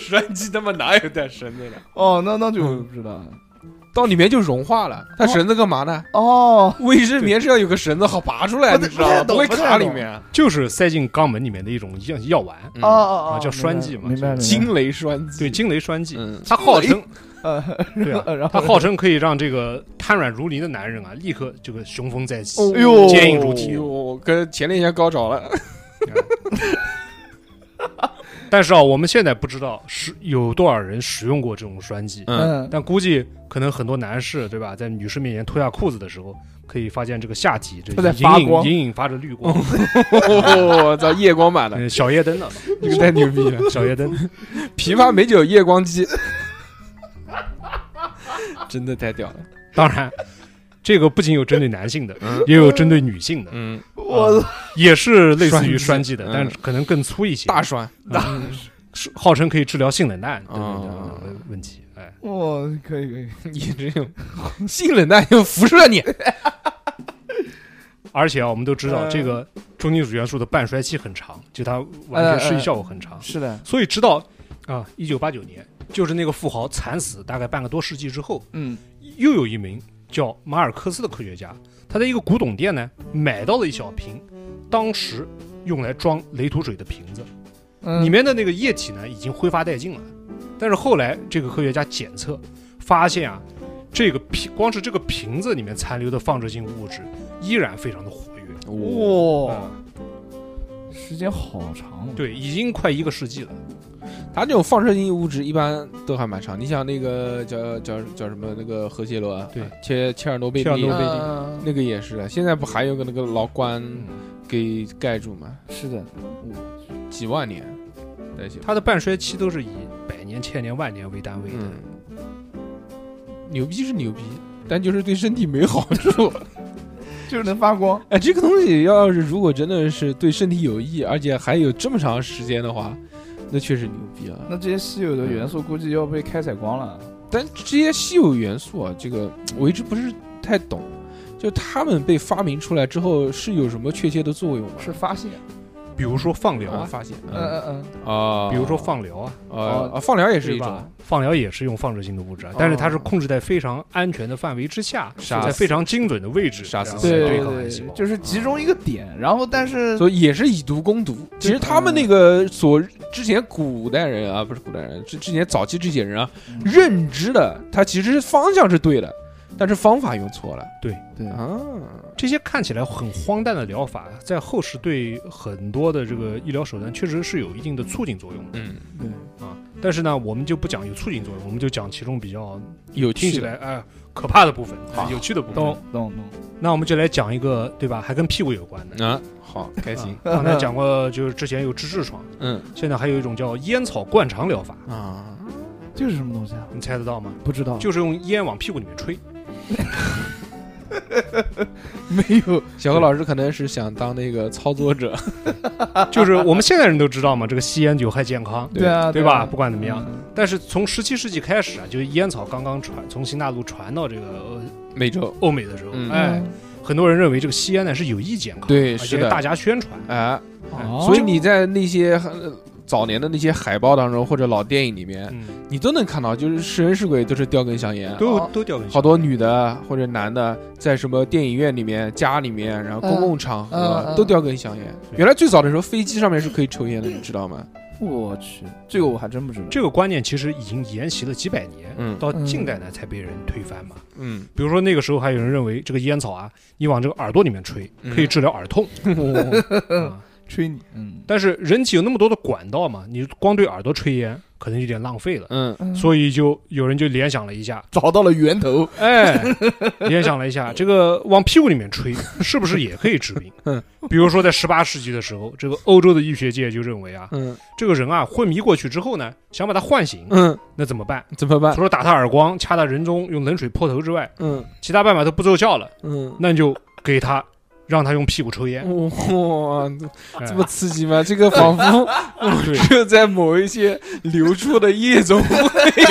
A: 栓机他妈哪有带绳子的？
B: 哦，那那就不知道了。
A: 到里面就融化了，它绳子干嘛呢？
B: 哦，
A: 卫生棉是要有个绳子好拔出来，
B: 不
A: 你
B: 太
A: 知道吗？
B: 不太懂
A: 会
B: 不太
A: 卡里
B: 懂
A: 面。
C: 就是塞进肛门里面的一种药药丸，
A: 嗯
B: 哦哦
C: 啊
B: 哦，
C: 叫栓剂嘛
B: 明白明白。明白
A: 惊雷栓剂，
C: 对，惊雷栓剂，
A: 嗯，
C: 它号称
B: 呃，
C: 对啊，
B: 呃然后
C: 它号称可以让这个瘫软如泥的男人啊，立刻这个雄风再起。
B: 哎呦
C: 坚硬如铁
A: 哎呦我跟前列腺高潮了，
C: 但是啊，我们现在不知道是有多少人使用过这种栓剂，
A: 嗯，
B: 嗯，
C: 但估计可能很多男士对吧，在女士面前脱下裤子的时候，可以发现这个下体这
B: 它在
C: 隐
B: 发
C: 隐
B: 光哦
C: 隐隐发着绿 光，
A: 我操，夜光版 的，
C: 嗯小夜灯呢，
A: 这个太牛逼 了，
C: 小 夜灯，
A: 枇杷美酒夜光 机，真的太屌了，
C: 当然。这个不仅有针对男性的
A: 嗯，
C: 也有针对女性的，
A: 嗯，
B: 我
C: 啊也是类似于栓剂的，
A: 栓剂
C: 但是可能更粗一些，
A: 大栓，
C: 嗯是号称可以治疗性冷淡等
A: 哦
C: 等等等问题。哎，
B: 我可以可以，
A: 你这种 性冷淡又辐射你，
C: 而且啊，我们都知道
B: 呃
C: 这个重金属元素的半衰期很长，就它完全失忆效果很长，
B: 是的，
C: 所以直到啊，一九八九年，就是那个富豪惨死大概半个多世纪之后，
B: 嗯，
C: 又有一名叫马尔科斯的科学家，他在一个古董店呢买到了一小瓶，当时用来装雷土水的瓶子。
B: 嗯
C: 里面的那个液体呢已经挥发殆尽了，但是后来这个科学家检测发现啊，这个瓶光是这个瓶子里面残留的放射性物质依然非常的活跃，
B: 哇，
C: 啊
B: 时间好长哦，
C: 对，已经快一个世纪了，
A: 它这种放射性物质一般都还蛮长，你想那个叫叫叫什么那个核泄漏啊，
C: 对
A: 切切尔诺贝
C: 切尔
A: 利啊
C: 诺贝利
B: 嗯，
A: 那个也是的，啊现在不还有个那个老关
C: 嗯
A: 给盖住吗？
B: 是的，
A: 几万年代谢，
C: 它的半衰期都是以百年、千年、万年为单位的。
A: 嗯，牛逼是牛逼，但就是对身体没好处。
B: 就是能发光，
A: 哎，这个东西要是如果真的是对身体有益，而且还有这么长时间的话，那确实牛逼啊。
B: 那这些稀有的元素估计要被开采光了。
A: 但这些稀有元素啊，这个我一直不是太懂，就他们被发明出来之后是有什么确切的作用吗？
B: 是发现，
C: 比如说放疗
A: 啊，
C: 啊，
A: 发现
B: 嗯
A: 嗯
B: 嗯
A: 啊，
C: 比如说放疗啊，
A: 呃啊放疗也是
C: 对
A: 一
C: 吧
A: 种，？
C: 放疗也是用放射性的物质啊，但是它是
A: 哦
C: 控制在非常安全的范围之下，
A: 杀
C: 在
A: 死
C: 非常精准的位置，
A: 杀死
C: 然
B: 嗯，
C: 后来
A: 对
B: 对
C: 抗癌
B: 对
C: 细
B: 对，
C: 胞。
B: 就是集中一个点，然后但是
A: 所以也是以毒攻毒。其实他们那个所之前古代人啊，不是古代人，之之前早期这些人啊，认知的他其实方向是对的，但是方法用错了
B: 对
A: 啊。
C: 这些看起来很荒诞的疗法，在后世对很多的这个医疗手段确实是有一定的促进作用的
A: 嗯，
B: 对，
C: 啊。但是呢，我们就不讲有促进作用，我们就讲其中比较
A: 有
C: 听
A: 趣
C: 起
A: 的
C: 来哎、可怕的部分、
A: 好
C: 有趣的部
B: 懂
C: 分。
B: 懂懂，
C: 那我们就来讲一个对吧，还跟屁股有关的。
A: 啊，好开心
C: 啊。 刚才讲过，就是之前有治痔疮，
A: 嗯
C: 现在还有一种叫烟草灌肠疗法，
A: 啊，
B: 这是什么东西啊？
C: 你猜得到 吗？
B: 不知道，
C: 就是用烟往屁股里面 吹，
B: 没有
A: 小何老师可能是想当那个操作 者，
C: 就是我们现在人都知道嘛，这个吸烟有害健康，
A: 对
B: 啊
C: 对
B: 对
C: 吧？
B: 啊
C: 不管怎么样，
B: 嗯
C: 但是从十七世纪开始啊，就是烟草刚刚传从新大陆传到这个呃
A: 美洲
C: 欧美的时候，
A: 嗯
C: 哎，很多人认为这个吸烟呢是有益健康，
A: 对
C: 而
A: 是
C: 且
A: 的
C: 啊大家宣传，
A: 哎，
B: 哦
A: 所以你在那些呃早年的那些海报当中或者老电影里面，
C: 嗯，
A: 你都能看到，就是是人是鬼都是叼根香烟，
C: 都
B: 哦
C: 都掉进去
A: 好多女的或者男的在什么电影院里面、家里面，然后公共场
B: 嗯
A: 合
B: 嗯
A: 都叼根香烟。
C: 对
A: 原来最早的时候，飞机上面是可以抽烟的，你知道吗？
B: 我去，这个我还真不知道。
C: 这个观念其实已经沿袭了几百年，
A: 嗯
C: 到近代呢才被人推翻嘛。
A: 嗯，
C: 比如说那个时候还有人认为这个烟草啊，你往这个耳朵里面吹
A: 嗯
C: 可以治疗耳痛，
A: 我
C: 啊
B: 吹你，嗯，
C: 但是人体有那么多的管道嘛，你光对耳朵吹烟可能有点浪费了，
A: 嗯
C: 所以就有人就联想了一下，
B: 找到了源头，
C: 哎，联想了一 下，这个往屁股里面吹是不是也可以治病？
A: 嗯
C: 比如说在十八世纪的时候，这个欧洲的医学界就认为啊，
A: 嗯
C: 这个人啊昏迷过去之后呢，想把他唤醒，
A: 嗯，
C: 那怎么办？
A: 怎么办？
C: 除了打他耳光、掐他人中、用冷水泼头之外，
A: 嗯
C: 其他办法都不奏效了，
A: 嗯，
C: 那你就给他让他用屁股抽烟。
A: 哇，
C: 哎
A: 嗯这么刺激吗？这个仿佛
C: 对
A: 就在某一些流出的夜总会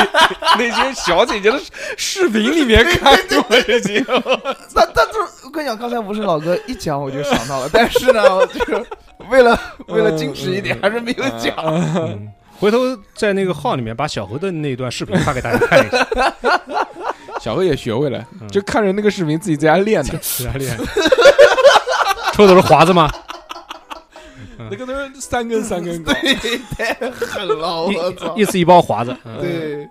A: 那些小姐姐的视频里面看过这些。
B: 那那就是我跟你讲，刚才无声老哥一讲我就想 到了，但是呢，我就是为了为了矜持一点，还是没有讲。
C: 嗯回头在那个号里面把小何的那段视频发给大家看 一下，
A: 小何也学会了，
C: 嗯
A: 就看着那个视频自己在家练 的，
C: 是啊，厉害。抽的是华子吗？嗯
A: 那个都是三根三根搞。
B: 对，太狠了，我操
C: 一！次一包华子。嗯
B: 对，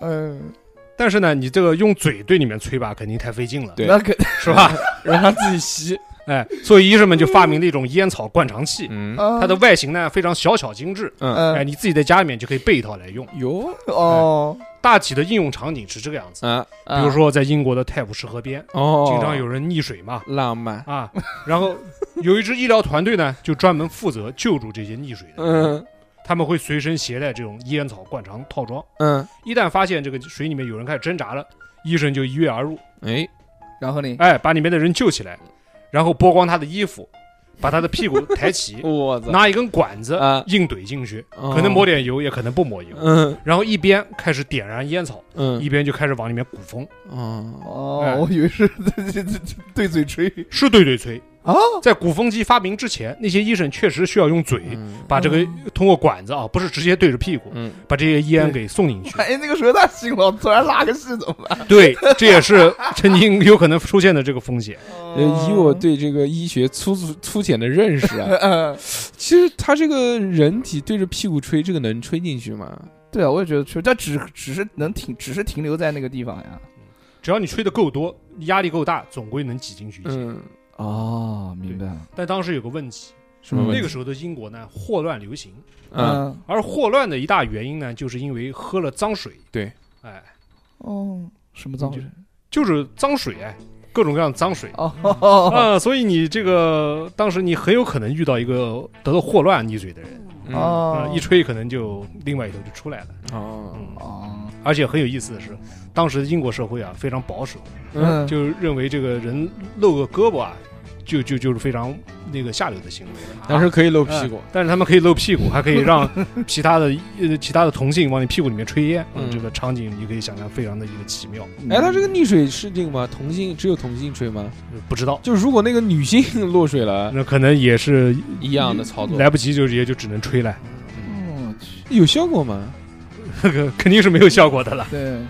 B: 嗯，
C: 但是呢，你这个用嘴对里面吹吧，肯定太费劲了，
A: 对
B: 那肯
C: 是吧？
A: 让他自己吸。
C: 哎，所以医生们就发明了一种烟草灌肠器，
A: 嗯
B: 他
C: 它的外形呢非常小巧精致，
A: 嗯，
C: 哎，
B: 啊嗯
C: 你自己在家里面就可以备一套来用。
A: 哟
B: 哦，
C: 大体的应用场景是这个样子，
A: 啊，
C: 比如说在英国的泰晤士河边，
A: 哦，
C: 经常有人溺水嘛，
A: 浪漫。
C: 啊， 然后有一支医疗团队呢，就专门负责救助这些溺水的人，
A: 嗯
C: 他们会随身携带这种烟草灌肠套装，
A: 嗯，
C: 一旦发现这个水里面有人开始挣扎了，医生就一跃而入，
A: 哎，
B: 然后呢？
C: 哎，把里面的人救起来，然后剥光他的衣服，把他的 屁股抬起，
A: 我操，
C: 拿一根管子
A: 啊
C: 硬怼进去，
A: 可
C: 可能抹点油，也可能不抹油。
A: 嗯
C: 然后一边开始点燃烟草，
A: 嗯
C: 一边就开始往里面鼓风，
A: 哦
B: 哦，我以为是对对对对嘴吹
C: 是对对吹
B: 啊！
A: 哦
C: 在鼓风机发明之前，那些医生确实需要用嘴
A: 嗯
C: 把这个通过管子啊，不是直接对着屁股，
A: 嗯
C: 把这些烟给送进去。
B: 万哎一那个时候他醒了，突然拉个系统了。
C: 对，这也是曾经有可能出现的这个风险。
A: 呃，以我对这个医学粗粗粗浅的认识啊，
B: 哦嗯，
A: 其实他这个人体对着屁股吹，这个能吹进去吗？
B: 对啊，我也觉得吹，但只只是能停，只是停留在那个地方呀。
C: 只要你吹得够多，压力够大，总归能挤进去一些。
A: 嗯，
B: 哦，明白了。
C: 但当时有个问题，
A: 什么问
C: 那
A: 题？
C: 个时候的英国呢，霍乱流行，
A: 嗯，
B: 嗯，
C: 而霍乱的一大原因呢，就是因为喝了脏水。
A: 对，
C: 哎，
B: 哦，什么脏
C: 就
B: 水？
C: 就是脏水，哎，各种各样的脏水。
B: 哦
C: 啊，所以你这个当时你很有可能遇到一个得了霍乱溺水的人，
A: 嗯
B: 哦
C: 啊，，一吹可能就另外一头就出来了。
A: 哦，
C: 嗯，
B: 哦，
C: 而且很有意思的是，当时的英国社会啊非常保守，
B: 嗯，
C: 就认为这个人露个胳膊啊，就就就是非常那个下流的行为了啊。
A: 但是可以露屁股，
C: 但是他们可以露屁股，还可以 让其他的呃其他的同性往你屁股里面吹烟，
A: 嗯
C: 这个场景你可以想象非常的一个奇妙。
A: 哎，他这个溺水是这个吗？同性只有同性吹吗？
C: 呃不知道，
A: 就如果那个女性落水了，
C: 那可能也是
A: 一样的操作，
C: 来不及，就也就只能吹了，
B: 嗯，我去，
A: 有效果吗？
C: 那
A: 嗯
C: 个 肯定是没有效果的了。
B: 对，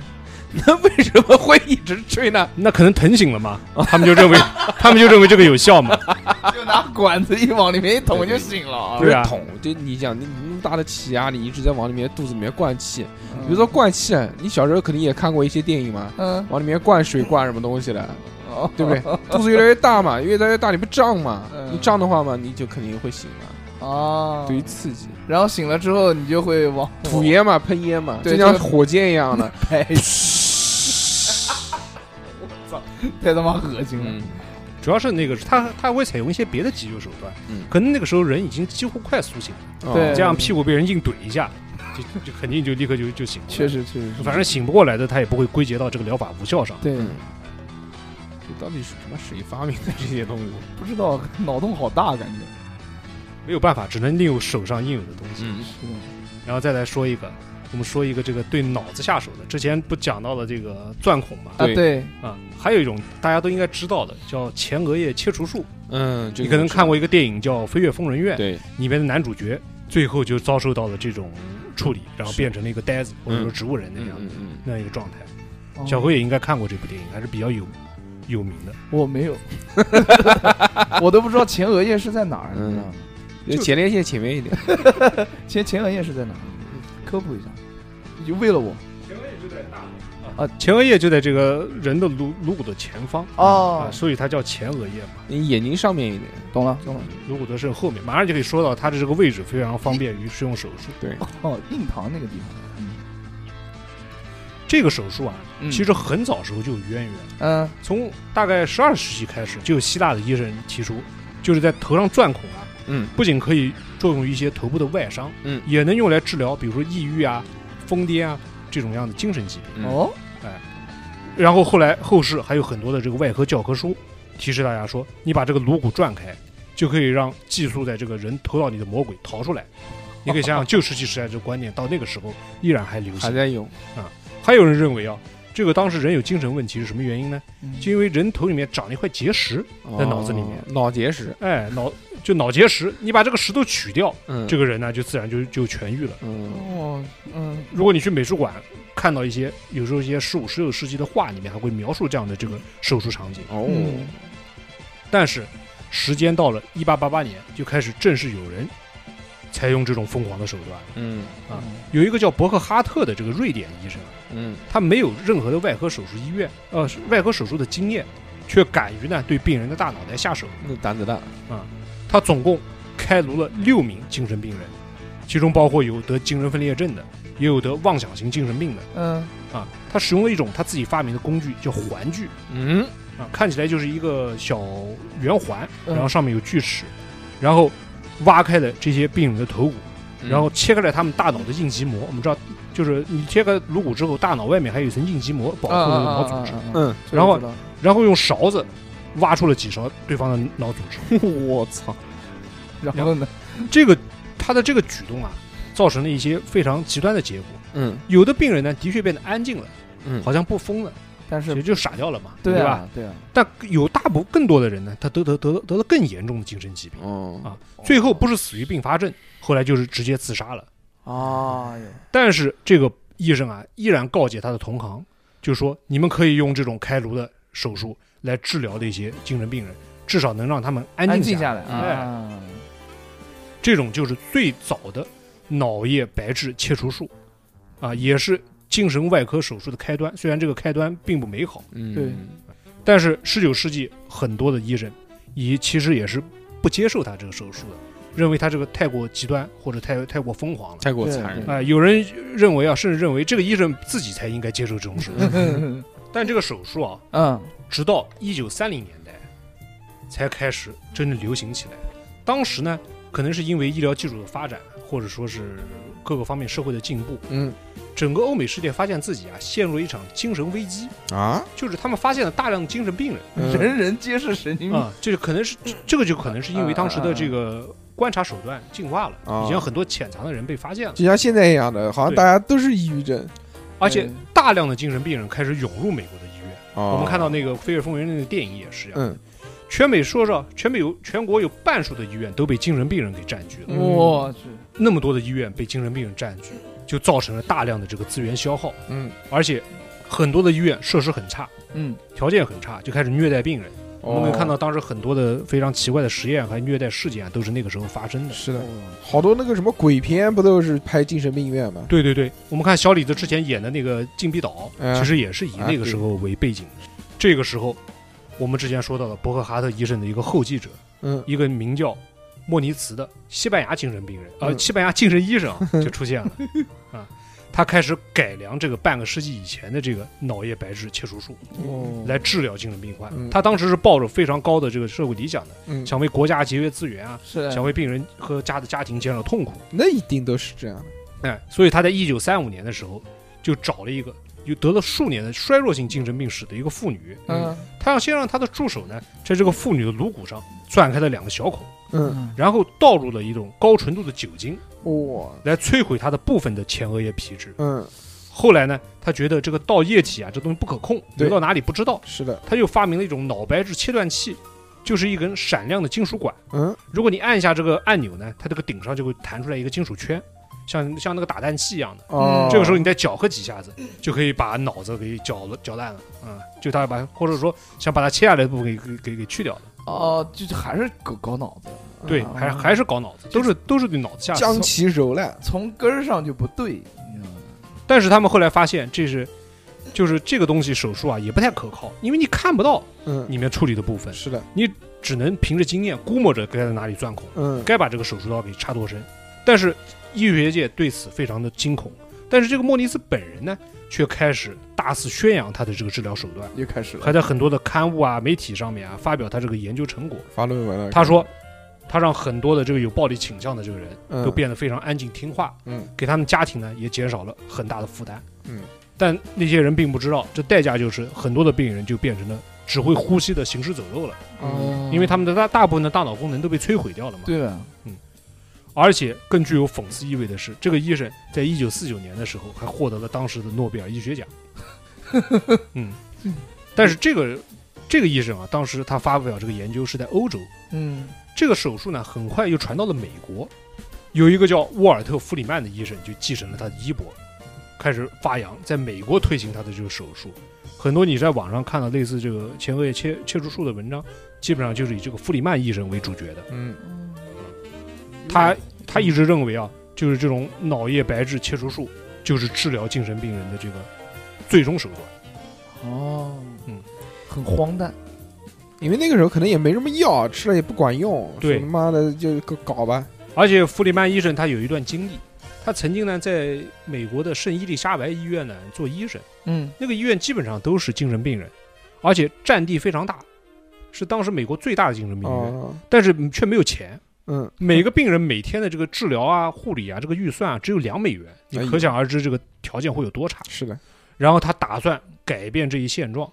A: 那为什么会一直吹 呢？
C: 那可能疼醒了 嘛，他们就认为他们就认为这个有效嘛。
B: 就拿管子一往里面一捅就醒了啊。
C: 对啊
A: 桶，对你讲，你那么大的气压，你一直在往里面肚子里面灌气。比如说，灌气，你小时候肯定也看过一些电影嘛，
B: 嗯，
A: 往里面灌水、灌什么东西的，
B: 哦
A: 对不对？肚子越来越大嘛，越来越大，你不胀嘛？
B: 嗯
A: 你胀的话嘛，你就肯定会醒嘛。
B: 哦，
A: 对于刺激，
B: 然后醒了之后，你就会往
A: 吐烟嘛，喷烟嘛，
B: 对
A: 就像
B: 这个
A: 火箭一样的。
B: 拍，太他妈恶心了。
A: 嗯，
C: 主要是那个他他会采用一些别的急救手段，
A: 嗯
C: 可能那个时候人已经几乎快苏醒了。
A: 哦
B: 对
C: 这样屁股被人硬怼一下，就就肯定就立刻就就醒了。
B: 确，实，确实，
C: 反正嗯醒不过来的，他也不会归结到这个疗法无效上。
B: 对，
A: 嗯这到底是什么谁发明的这些东西？
B: 不知道脑洞好大，感觉。
C: 没有办法，只能利用手上应有的东西。
A: 嗯
B: 是的，
C: 然后再来说一个，我们说一个这个对脑子下手的。之前不讲到了这个钻孔嘛？
B: 啊，
A: 对
B: 对，
C: 啊，还有一种大家都应该知道的，叫前额叶切除术。
A: 嗯，这
C: 你
A: 个
C: 可能
A: 我知
C: 看过一个电影叫《飞越疯人院
A: 道。》，对，
C: 里面的男主角最后就遭受到了这种处理，然后变成了一个呆子或者说
A: 嗯
C: 植物人那
A: 嗯
C: 样
A: 嗯嗯，
C: 那样一个状态。
B: 哦
C: 小何也应该看过这部电影，还是比较有有名的。
B: 我没有， 我都不知道前额叶是在哪儿，
A: 嗯
B: 你知道吗？
A: 就前列腺前面一点。
B: 前前额叶是在哪儿？科普一下，你就为了我。
C: 前额叶就在大脑啊，
B: 啊
C: 前额叶就在这个人的颅颅骨的前方
B: 哦
C: 啊，，所以它叫前额叶嘛。
A: 你眼睛上面一点，
B: 懂了懂了。
C: 颅骨的是后面，马上就可以说到它的这个位置非常方便于使用手术。
B: 哦，印堂那个地方，
C: 这个手术啊，
B: 嗯
C: 其实很早时候就有渊源，
B: 嗯
C: 从大概十二世纪开始，就有希腊的医生提出，就是在头上钻孔啊，
A: 嗯
C: 不仅可以作用于一些头部的外伤，
A: 嗯
C: 也能用来治疗，比如说抑郁啊、疯癫啊这种样的精神疾
A: 嗯
C: 病。
B: 哦
C: 然后后来后世还有很多的这个外科教科书提示大家说，你把这个颅骨转开，就可以让寄宿在这个人头脑里的魔鬼逃出来。你可以想想旧石器时代这个观念到那个时候依然还流
A: 还
C: 行。
A: 在用，
C: 还有人认为啊，这个当时人有精神问题是什么原因呢？
B: 嗯
C: 就因为人头里面长了一块结石，在脑子里面
A: 哦脑结石，
C: 哎，脑就脑结石，你把这个石头取掉，
A: 嗯，
C: 这个人呢就自然就就痊愈了。
A: 嗯
B: 哦嗯
C: 如果你去美术馆看到一些有时候一些十五、十六世纪的画里面还会描述这样的这个手术场景。
A: 哦
B: 嗯
C: 但是时间到了一八八八年，就开始正式有人采用这种疯狂的手段。
A: 嗯
C: 啊有一个叫伯克哈特的这个瑞典医生，
A: 嗯
C: 他没有任何的外科手术医院呃是外科手术的经验，却敢于呢对病人的大脑袋下手。
A: 那胆子大，
C: 他总共开颅了六名精神病人，其中包括有得精神分裂症的，也有得妄想型精神病的
B: 嗯
C: 啊。他使用了一种他自己发明的工具，叫环具
A: 嗯
C: 啊，看起来就是一个小圆环，
B: 嗯
C: 然后上面有锯齿，然后挖开了这些病人的头骨，
A: 嗯
C: 然后切开了他们大脑的硬极膜。我们知道，就是你切开颅骨之后，大脑外面还有一层硬极膜保护
B: 啊
C: 了
B: 啊
C: 脑
B: 啊
C: 组织，
B: 啊啊啊
A: 嗯，
B: 这个
C: 然后
B: 知道
C: 然后用勺子挖出了几勺对方的脑组 织。
A: 我操，
B: 然后呢？
C: 这个他的这个举动啊，造成了一些非常极端的结果。
A: 嗯
C: 有的病人呢，的确变得安静了，
A: 嗯
C: 好像不疯了，
B: 但
C: 也
B: 是
C: 就傻掉了嘛，
B: 对
C: 吧？
B: 啊对啊，
C: 但有大部更多的人呢，他得得得得了更严重的精神疾病，
A: 哦
C: 最后不是死于并发症，后来就是直接自杀了。
B: 啊哟
C: 但是这个医生啊，依然告诫他的同行，就说你们可以用这种开颅的手术来治疗的一些精神病人，至少能让他们安
B: 安
C: 静
B: 静
C: 下来。
B: 下来
A: 哎
B: 啊，
C: 这种就是最早的脑叶白质切除术，啊，也是精神外科手术的开端。虽然这个开端并不美好，
A: 嗯
B: 对
C: 但是十九世纪很多的医生也其实也是不接受他这个手术的，认为他这个太过极端或者太太过疯狂了。
A: 太过残忍
B: 对
C: 啊、，有人认为啊，甚至认为这个医生自己才应该接受这种手术。
B: 嗯
C: 但这个手术啊，
B: 嗯
C: 直到一九三零年代才开始真正流行起来。当时呢，可能是因为医疗技术的发展，或者说是各个方面社会的进步，
A: 嗯
C: 整个欧美世界发现自己啊陷入了一场精神危机，
A: 啊，
C: 就是他们发现了大量的精神病人
A: 嗯
B: 人人皆是神经病
C: 啊，这、就可能是这这个就可能是因为当时的这个观察手段进化了，
A: 啊
C: 已经有很多潜藏的人被发现了，
A: 就像现在一样的，好像
C: 对
A: 大家都是抑郁症。
C: 而且大量的精神病人开始涌入美国的医院。
A: 我
C: 我们看到那个《飞越风云》那个电影也是一样，
A: 哦嗯，
C: 全美说说，全美有全国有半数的医院都被精神病人给占据了。
A: 嗯
B: 我去
C: 那么多的医院被精神病人占据，就造成了大量的这个资源消耗，
A: 嗯，
C: 而且很多的医院设施很差，
B: 嗯
C: 条件很差，就开始虐待病人。我
A: 我
C: 们可以看到当时很多的非常奇怪的实验和虐待事件啊，都是那个时候发生的。
A: 哦是的，好多那个什么鬼片不都是拍精神病院吗？
C: 对对对，我们看小李子之前演的那个《禁闭岛》，
A: 嗯
C: 其实也是以
A: 啊
C: 那个时候为背景。这个时候，我们之前说到了伯克哈特医生的一个后继者，
A: 嗯
C: 一个名叫莫尼茨的西班牙精神病人，呃，
A: 嗯
C: 西班牙精神医生 啊就出现了啊，他开始改良这个半个世纪以前的这个脑叶白质切除术
A: 哦
C: 来治疗精神病患
A: 嗯。
C: 他当时是抱着非常高的这个社会理想的，
A: 嗯，
C: 想为国家节约资源啊，
B: 是
C: 想为病人和家的家庭减少痛苦。
A: 那一定都是这样的。
C: 哎，所以他在一九三五年的时候就找了一个有得了数年的衰弱性精神病史的一个妇女，
B: 嗯
C: 他要先让他的助手呢在这个妇女的颅骨上钻开了两个小孔。
A: 嗯，
B: 嗯
C: 然后倒入了一种高纯度的酒精，
A: 哇，
C: 来摧毁他的部分的前额叶皮质。
A: 嗯，
C: 后来呢，他觉得这个倒液体啊，这东西不可控，
A: 对
C: 流到哪里不知道，
A: 是的，
C: 他又发明了一种脑白质切断器，就是一根闪亮的金属管。
A: 嗯
C: 如果你按下这个按钮呢，它这个顶上就会弹出来一个金属圈，像像那个打蛋器一样的。
A: 哦，
C: 嗯这个时候你再搅和几下子，就可以把脑子给搅了搅烂了。嗯，就他把或者说想把它切下来的部分给给给给去掉的。
B: 哦，就是还是搞搞脑子，
C: 对，
A: 啊
C: 还还是搞脑子，都是都是对脑子下手。
A: 将其蹂躏。
B: 从根儿上就不对，你知道吗
C: 但是他们后来发现，这是就是这个东西手术啊也不太可靠，因为你看不到
A: 嗯，
C: 里面处理的部分，
A: 是的，
C: 只能凭着经验估摸着该在哪里钻孔，
A: 嗯，
C: 该把这个手术刀给插多深。但是医学界对此非常的惊恐，但是这个莫里斯本人呢，却开始大肆宣扬他的这个治疗手段，
B: 又开始了
C: 还在很多的刊物啊、媒体上面啊发表他这个研究成果。
A: 发论文了。
C: 他说，他让很多的这个有暴力倾向的这个人
A: 嗯
C: 都变得非常安静听话，
A: 嗯，
C: 给他们家庭呢也减少了很大的负担，
A: 嗯。
C: 但那些人并不知道，这代价就是很多的病人就变成了只会呼吸的行尸走肉了，
A: 嗯
C: 因为他们的大大部分的大脑功能都被摧毁掉了嘛。
B: 对吧？
C: 而且更具有讽刺意味的是，这个医生在一九四九年的时候还获得了当时的诺贝尔医学奖。嗯，但是这个这个医生啊，当时他发表这个研究是在欧洲，
B: 嗯，
C: 这个手术呢，很快又传到了美国，有一个叫沃尔特·弗里曼的医生就继承了他的衣钵，开始发扬在美国推行他的这个手术。很多你在网上看到类似这个前额叶切切除术的文章，基本上就是以这个弗里曼医生为主角的。
A: 嗯，
C: 他他一直认为啊，就是这种脑叶白质切除术就是治疗精神病人的这个最终手段。
B: 哦，
C: 嗯，
B: 很荒诞，
A: 因为那个时候可能也没什么药，吃了也不管用，
C: 对
A: 说他妈的就搞搞吧。
C: 而且弗里曼医生他有一段经历，他曾经呢在美国的圣伊丽莎白医院呢做医生。
B: 嗯，
C: 那个医院基本上都是精神病人，而且占地非常大，是当时美国最大的精神病院，
A: 哦，
C: 但是嗯却没有 钱。
A: 嗯，
C: 每个病人每天的这个治疗啊、护理啊，这个预算啊只有两美元，
A: 哎
C: 你
A: 呦
C: 可想而知这个条件会有多差。
A: 是的，
C: 然后他打算改变这一现状，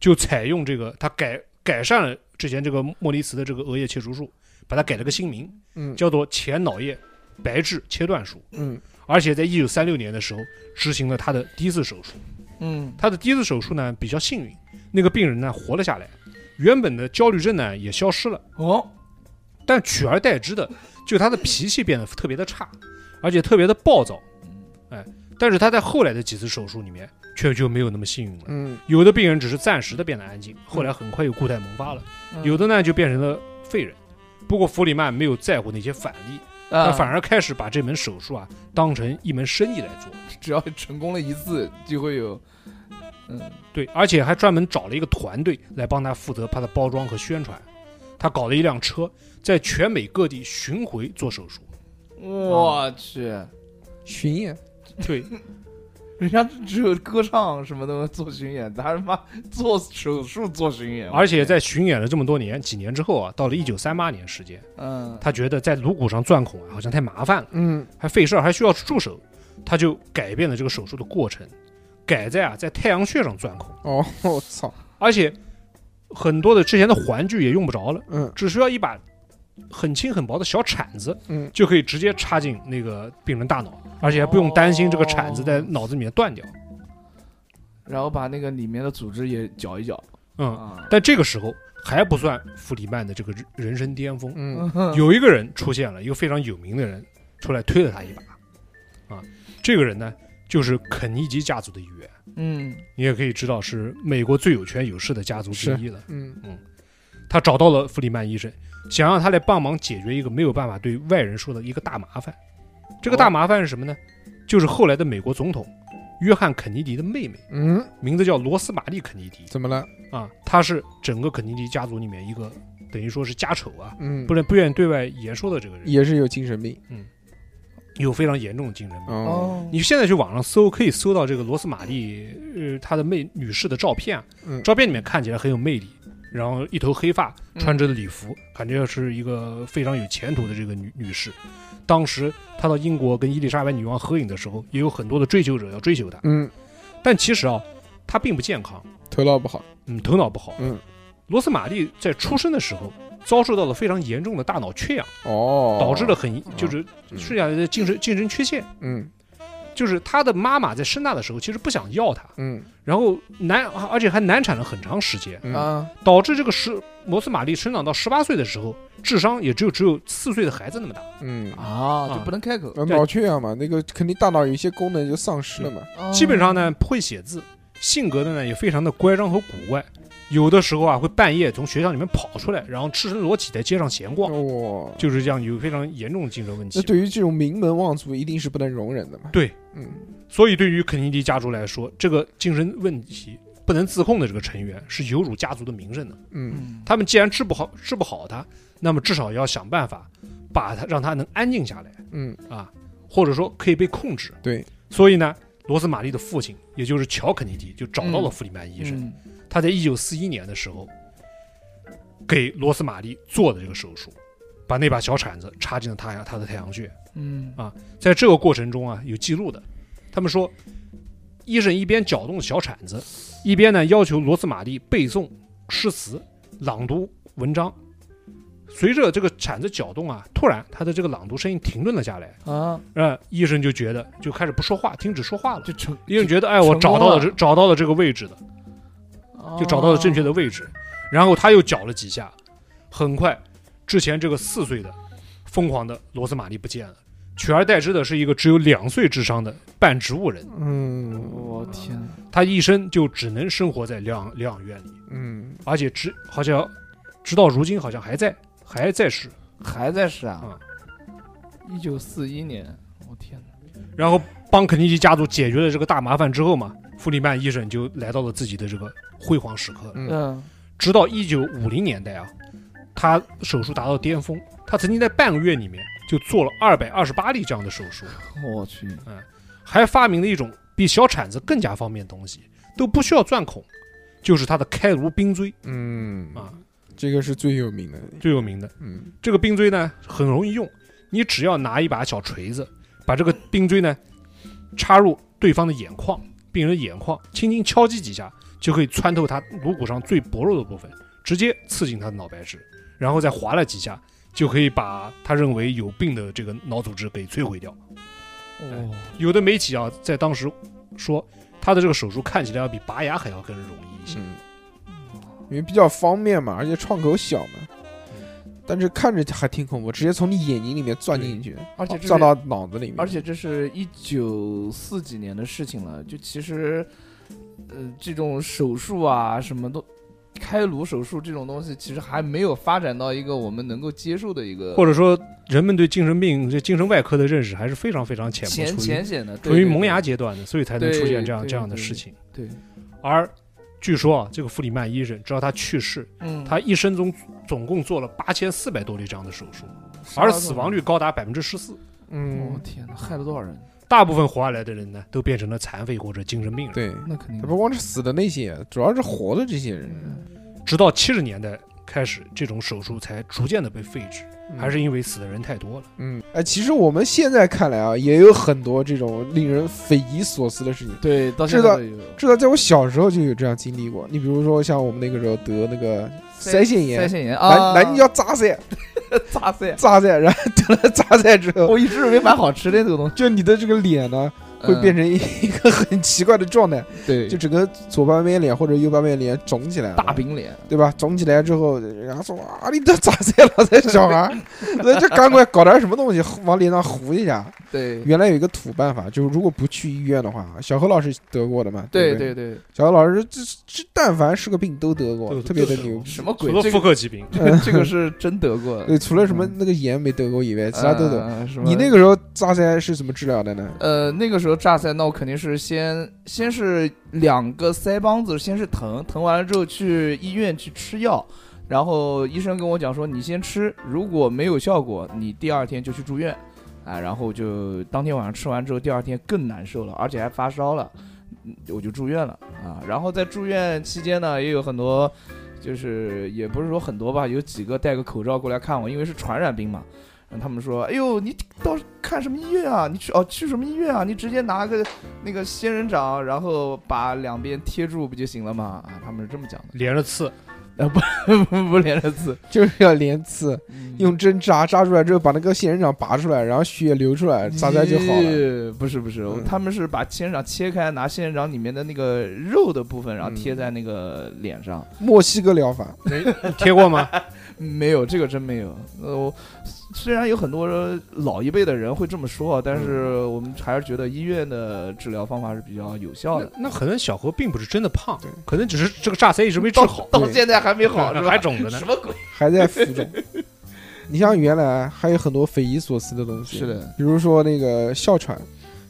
C: 就采用这个他改改善了之前这个莫里茨的这个额叶切除术，把它改了个新名，
A: 嗯
C: 叫做前脑叶白质切断术。
A: 嗯
C: 而且在一九三六年的时候执行了他的第一次手术。
B: 嗯，
C: 他的第一次手术呢比较幸运，那个病人呢活了下来，原本的焦虑症呢也消失了，
B: 哦，
C: 但取而代之的就是他的脾气变得特别的差，而且特别的暴躁。哎，但是他在后来的几次手术里面却就没有那么幸运了。
A: 嗯，
C: 有的病人只是暂时的变得安静，后来很快又固态萌发了；有的呢就变成了废人。不过弗里曼没有在乎那些反例，他
B: 啊，
C: 反而开始把这门手术啊当成一门生意来做。
B: 只要成功了一次，就会有，嗯，
C: 对，而且还专门找了一个团队来帮他负责他的包装和宣传。他搞了一辆车，在全美各地巡回做手术。
B: 我去，
A: 巡演
C: 对，
B: 人家只有歌唱什么的做巡演，咱他妈做手术做巡演，
C: 而且在巡演了这么多年，几年之后啊，到了一九三八年时间，
B: 嗯，
C: 他觉得在颅骨上钻孔啊，好像太麻烦了，
A: 嗯
C: 还费事儿，还需要助手，他就改变了这个手术的过程，改在啊在太阳穴上钻孔，
A: 哦， 我操，
C: 而且很多的之前的环具也用不着了，
A: 嗯
C: 只需要一把很轻很薄的小铲子，
A: 嗯
C: 就可以直接插进那个病人大脑，而且还不用担心这个铲子
A: 哦
C: 在脑子里面断掉。
B: 然后把那个里面的组织也搅一搅
C: 嗯，
B: 啊，
C: 但这个时候还不算弗里曼的这个人人生巅峰，
A: 嗯
C: 有一个人出现了，一个非常有名的人出来推了他一把。啊，这个人呢，就是肯尼基家族的一员，
B: 嗯
C: 你也可以知道是美国最有权有势的家族之一了。
A: 嗯
C: 他找到了弗里曼医生，想让他来帮忙解决一个没有办法对外人说的一个大麻烦。这个大麻烦是什么呢？就是后来的美国总统约翰·肯尼迪的妹妹，
A: 嗯，
C: 名字叫罗斯玛丽·肯尼迪
A: 怎么了？
C: 啊，她是整个肯尼迪家族里面一个等于说是家丑啊，
A: 嗯，
C: 不
A: 是，
C: 能不愿意对外言说的这个人，
A: 也是有精神病。
C: 有非常严重的精神病。
A: 哦，
C: 你现在去网上搜，可以搜到这个罗斯玛丽，呃，她的妹女士的照片啊，
A: 嗯
C: 照片里面看起来很有魅力，然后一头黑发，
B: 嗯
C: 穿着礼服，感觉是一个非常有前途的这个女女士。当时她到英国跟伊丽莎白女王合影的时候，也有很多的追求者要追求她，
A: 嗯，
C: 但其实啊，她并不健康，
A: 头脑不好。
C: 嗯，头脑不好。
A: 嗯，
C: 罗斯玛丽在出生的时候遭受到了非常严重的大脑缺氧，
A: 哦，
C: 导致了很就是
A: 嗯
C: 剩下来的精神精神缺陷。
A: 嗯
C: 就是她的妈妈在生她的时候其实不想要她，
A: 嗯
C: 然后难而且还难产了很长时间，
A: 嗯
B: 啊，
C: 导致这个十罗斯玛丽生长到十八岁的时候，智商也只有只有四岁的孩子那么大。
A: 嗯，
B: 啊，
C: 啊
B: 就不能开口。
A: 呃脑缺氧嘛，那个肯定大脑有一些功能就丧失了嘛。
B: 哦
C: 基本上呢，不会写字，性格的呢也非常的乖张和古怪，有的时候啊会半夜从学校里面跑出来，然后赤身裸体在街上闲逛，
D: 哇，
C: 就是这样有非常严重的精神问
D: 哦那
C: 题。
D: 对于这种名门望族，一定是不能容忍的嘛。
C: 对，
D: 嗯，
C: 所以对于肯尼迪家族来说，这个精神问题不能自控的这个成员是有辱家族的名声的。
D: 嗯，
B: 嗯，
C: 他们既然治不好治不好他，那么至少要想办法把他让他能安静下来。
D: 嗯，
C: 啊，或者说可以被控制。
D: 对，
C: 所以呢，罗斯玛丽的父亲，也就是乔肯尼迪，就找到了弗里曼医生。
B: 嗯
C: 他在一九四一年的时候，给罗斯玛丽做的这个手术，把那把小铲子插进了他他的太阳穴。
B: 嗯
C: 在这个过程中啊，有记录的。他们说，医生一边搅动小铲子，一边呢要求罗斯玛丽背诵诗词、朗读文章。随着这个铲子搅动啊，突然他的这个朗读声音停顿了下来。
B: 啊，
C: 呃，医生就觉得就开始不说话，停止说话了。
B: 就成
C: 医生觉得，哎，我
B: 成功
C: 找到了
B: 了
C: 这找到了这个位置的，就找到了正确的位置。然后他又搅了几下，很快，之前这个四岁的疯狂的罗斯玛丽不见了，取而代之的是一个只有两岁智商的半植物人。
D: 嗯，
B: 我天，
C: 他一生就只能生活在疗养疗养院里，
D: 嗯，
C: 而且直好像直到如今好像还在还在世。
B: 还在使啊！一九四一年，我天哪！
C: 然后帮肯尼迪家族解决了这个大麻烦之后嘛，弗里曼医生就来到了自己的这个辉煌时刻了。
D: 嗯
B: 嗯
C: 直到一九五零年代啊，他手术达到巅峰，他曾经在半个月里面就做了二百二十八例这样的手术，
B: 我去，
C: 还发明了一种比小铲子更加方便的东西，都不需要钻孔，就是他的开颅冰锥
D: 嗯，
C: 啊，
D: 这个是最有名的，
C: 最有名的。
D: 嗯，
C: 这个冰锥呢很容易用，你只要拿一把小锤子，把这个冰锥呢插入对方的眼眶，病人的眼眶，轻轻敲击几下，就可以穿透他颅骨上最薄弱的部分，直接刺进他的脑白质，然后再划拉几下，就可以把他认为有病的这个脑组织给摧毁掉。
B: 哦，
C: 有的媒体啊在当时说，他的这个手术看起来要比拔牙还要更容易一些。
D: 嗯，因为比较方便嘛，而且创口小嘛，但是看着还挺恐怖，直接从你眼睛里面钻进去，哦
B: 而且这
D: 钻
B: 是
D: 到脑子里面，
B: 而且这是一九四几年的事情了，就其实，呃，这种手术啊，什么都，开颅手术这种东西，其实还没有发展到一个我们能够接受的一个
C: 或者说，人们对精神病、这精神外科的认识还是非常非常浅
B: 浅
C: 薄，处于
B: 浅显的，对
C: 处于
B: 对
C: 萌
B: 对
C: 芽阶段的，所以才能
B: 对
C: 出现这样
B: 对
C: 这样的
B: 对
C: 事情。
B: 对，
C: 而据说啊，这个弗里曼医生直到他去世，
B: 嗯，
C: 他一生中总共做了八千四百多例这样的手术，而死亡率，高达百分之十四。
B: 我、
D: 嗯，
B: 哦天哪，害了多少人？
C: 大部分活下来的人呢，都变成了残废或者精神病人。
D: 对，
B: 那肯定
D: 他不光是死的那些，主要是活的这些
B: 嗯
D: 人，
C: 直到七十年代开始，这种手术才逐渐的被废止，
D: 嗯
C: 还是因为死的人太多了。
D: 嗯，哎，其实我们现在看来啊，也有很多这种令人匪夷所思的事情。
B: 对，到现
D: 知道
B: 在都有
D: 至少在我小时候就有这样经历过。你比如说，像我们那个时候得那个腮腺炎，
B: 腮腺炎啊，
D: 南南京叫扎腮，
B: 榨菜，
D: 扎腮，然后得了扎腮之后，
B: 我一直没蛮好吃的这个东西，
D: 就你的这个脸呢，会变
B: 成
D: 成一一个很奇怪的状态，
B: 嗯对
D: 就整个左半边脸或者右半边脸肿起来了，
B: 大饼脸，
D: 对吧？肿起来之后，人家说啊，你都扎腮了，这小孩 儿，那就赶快搞点什么东西往脸上糊一下。
B: 对
D: 原来有一个土办法，就是如果不去医院的话，小何老师得过的嘛，
B: 对
D: 不对
B: 对对，
D: 小何老师这这但凡是个病都得过，
C: 都
D: 特别
C: 都
D: 的
C: 得
D: 牛
C: 过。
B: 什么鬼
C: 除？了
B: 这
C: 妇
B: 个
C: 科疾病，
B: 这个 这个是真得过，
D: 对，除了什么
B: 嗯
D: 那个炎没得过以外，其他都得。
B: 嗯。什么
D: 你那个时候扎腮是怎么治疗的呢？
B: 呃，那个时候榨菜，那我肯定是先先是两个腮帮子，先是疼，疼完了之后去医院去吃药，然后医生跟我讲说，你先吃，如果没有效果，你第二天就去住院，啊，然后就当天晚上吃完之后，第二天更难受了，而且还发烧了，嗯我就住院了啊。然后在住院期间呢，也有很多，就是也不是说很多吧，有几个戴个口罩过来看我，因为是传染病嘛。然后他们说：“哎呦，你到看什么医院啊？你去哦，去什么医院啊？你直接拿个那个仙人掌，然后把两边贴住不就行了嘛？”啊，他们是这么讲
C: 连着刺，
B: 的， 嗯不不连着字，
D: 就是要连刺，
B: 用
D: 用针扎扎出来之后，把那个仙人掌拔出来，然后血流出来，扎腮就好了。
B: 了。不是不是，
D: 嗯
B: 他们是把仙人掌切开，拿仙人掌里面的那个嗯肉的部分，然后贴在那个脸上。
D: 墨西哥疗法，
C: 贴过吗？
B: 没有，这个真没有。呃，我虽然有很多老一辈的人会这么说啊，但是我们还是觉得医院的治疗方法是比较有效的。
C: 那那可能小何并不是真的胖
A: 对，
C: 可能只是这个炸腮一直没治好，
B: 到现在还没好，是吧？
C: 还肿着呢
B: 什。么鬼？
D: 还在浮 肿。你像原来还有很多匪夷所思的东西，
B: 是的，
D: 比如说那个哮喘，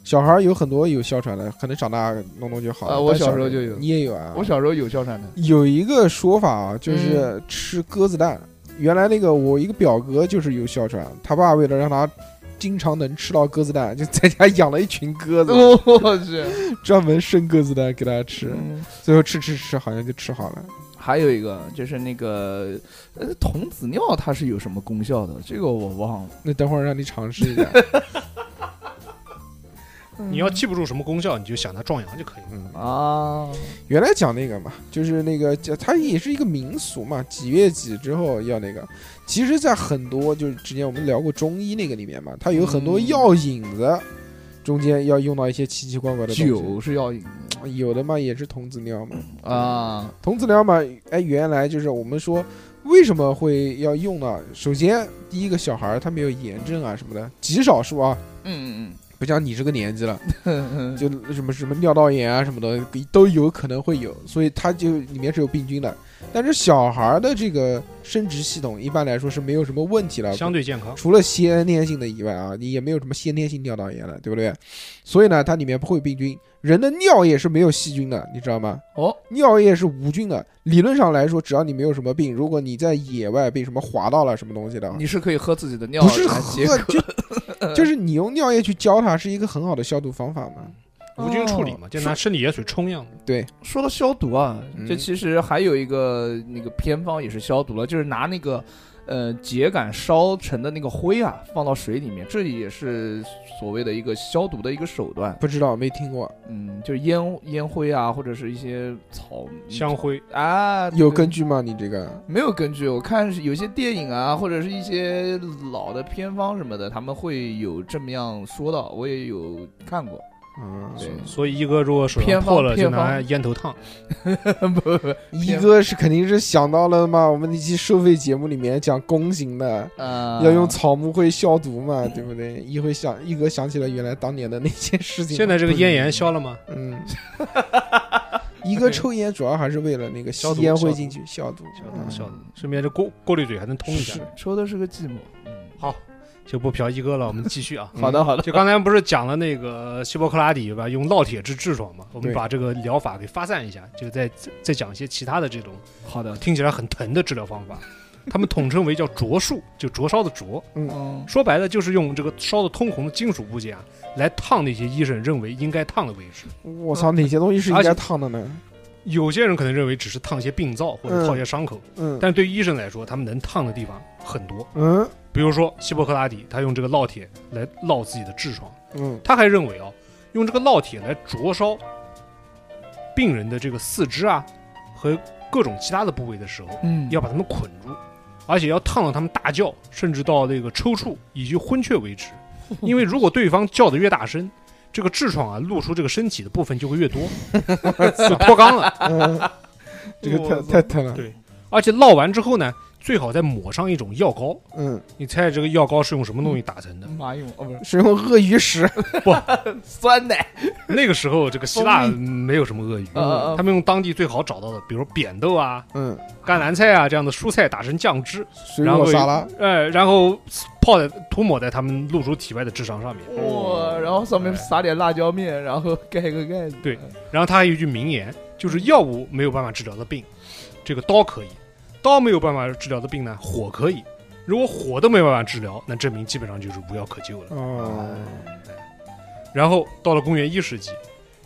D: 小孩儿有很多有哮喘的，可能长大弄弄就好了。
B: 啊我
D: 但
B: 小时候
D: 人
B: 就有
D: 你也有啊？
B: 我小时候嗯有哮喘的，
D: 有一个说法啊，就是吃鸽子蛋。原来那个我一个表哥就是有哮喘，他爸为了让他经常能吃到鸽子蛋，就在家养了一群 鸽子，
B: 我去。
D: 专门生鸽子蛋给他吃。
B: 嗯
D: 最后吃吃吃，好像就吃好了。
B: 还有一个就是那个呃童子尿，它是有什么功效的？这个我忘了。
D: 那等会儿让你尝试一下。
C: 你要记不住什么功效，你就想它壮阳就可以了。
D: 嗯，
B: 啊，
D: 原来讲那个嘛，就是那个叫它也是一个民俗嘛，几月几之后要那个。其实，在很多就是之前我们聊过中医那个里面嘛，它有很多
B: 嗯
D: 药引子，中间要用到一些奇奇怪怪的东西。
B: 酒是药引的
D: 有的嘛也是童子尿嘛，
B: 啊，
D: 童子尿嘛，哎，原来就是我们说为什么会要用呢？首先，第一个小孩儿他没有炎症啊什么的，极少数啊，
B: 嗯
D: 不像你这个年纪 了，
B: 嗯嗯，
D: 就什么什么尿道炎啊什么的都有可能会有，所以它就里面是有病菌的。但是小孩儿的这个生殖系统一般来说是没有什么问题
B: 嗯
D: 了，
C: 相对健康，
D: 除了先天性的以外啊，你也没有什么先天性尿道炎了，对不对？所以呢，它里面不会有病菌。人的尿液是没有细菌的，你知道吗？
B: 哦，
D: 尿液是无菌的。理论上来说，只要你没有什么病，如果你在野外被什么划到了什么东西的话，
B: 你是可以喝自己的尿
D: 不是
B: 来解
D: 喝，
B: 渴
D: 就就是你用尿液去浇它，是一个很好的消毒方法嘛。
C: 无菌
B: 哦
C: 处理嘛，就拿生理盐水冲一样。
D: 对，
B: 说到消毒啊，
D: 嗯
B: 这其实还有一个那个偏方也是消毒了，就是拿那个呃秸秆烧成的那个灰啊，放到水里面，这也是所谓的一个消毒的一个手段。
D: 不知道没听过，
B: 嗯，就是烟烟灰啊，或者是一些草
C: 香灰
B: 啊，
D: 有
B: 对
D: 根据吗？你这个
B: 没有根据？我看是有些电影啊，或者是一些老的偏方什么的，他们会有这么样说到，我也有看过。
D: 啊，
B: 对，
C: 所以一哥如果手上
B: 偏方
C: 破了，就
B: 偏方
C: 拿烟头烫。
B: 不不 不，
D: 一哥是肯定是想到了嘛，我们那期收费节目里面讲弓形的，
C: 啊
B: 呃，
D: 要用草木灰消毒嘛，对不对？一会想一哥想起了原来当年的那些事情。
C: 现在这个咽炎，消了吗？
D: 嗯，一哥抽烟主要还是为了那个吸
C: 消毒
D: 烟灰进去消毒。
C: 消
D: 嗯
C: 毒消毒，顺便这过过滤嘴还能通一下
D: 是。
B: 抽的是个嗯寂寞。
C: 好，就不嫖一哥了，我们继续啊。
D: 嗯
B: 好的好的，
C: 就刚才不是讲了那个希波克拉底吧，用烙铁治痔疮嘛，我们
D: 对
C: 把这个疗法给发散一下，就再再讲一些其他的这种
B: 好的，
C: 听起来很疼的治疗方法，他们统称为叫灼术，就灼烧的灼。
B: 嗯，
C: 说白了就是用这个烧的通红的金属部件啊，来烫那些医生认为应该烫的位置。
D: 我操，哪些东西是应
C: 而
D: 该
C: 且
D: 烫的呢？
C: 有些人可能认为只是烫一些病灶或者
D: 嗯
C: 烫一些伤口，
D: 嗯
C: 但对于医生来说，他们能烫的地方很多。
D: 嗯
C: 比如说希波克拉底，他用这个烙铁来烙自己的痔疮，
D: 嗯，
C: 他还认为啊，用这个烙铁来灼烧病人的这个四肢啊和各种其他的部位的时候，
B: 嗯
C: 要把他们捆住，而且要烫到他们大叫，甚至到那个抽搐以及昏厥为止。因为如果对方叫得越大声，这个痔疮啊露出这个身体的部分就会越多，就脱肛了。
D: 嗯这个太
B: 我
D: 太疼了。
C: 对而且烙完之后呢，最好再抹上一种药膏。
D: 嗯，
C: 你猜这个药膏是用什么东西打成的？
B: 马勇哦，不是
D: 是用鳄鱼屎。
B: 酸奶，
C: 那个时候这个希腊
D: 蜂
C: 没有什么鳄鱼，
B: 呃呃
C: 他们用当地最好找到的，比如扁豆啊、
D: 嗯，
C: 甘蓝菜啊这样的蔬菜打成酱汁，
D: 水
C: 然后
D: 果沙拉。
C: 呃，然后泡在涂抹在他们露出体外的痔疮上面。
B: 哇，然后上面撒点辣椒面，然后盖个盖子。
C: 对然后他还有一句名言，就是药物没有办法治疗的病，这个刀可以；刀没有办法治疗的病呢，火可以。如果火都没办法治疗，那证明基本上就是无药可救了。
D: 哦，
C: 然后到了公元一世纪，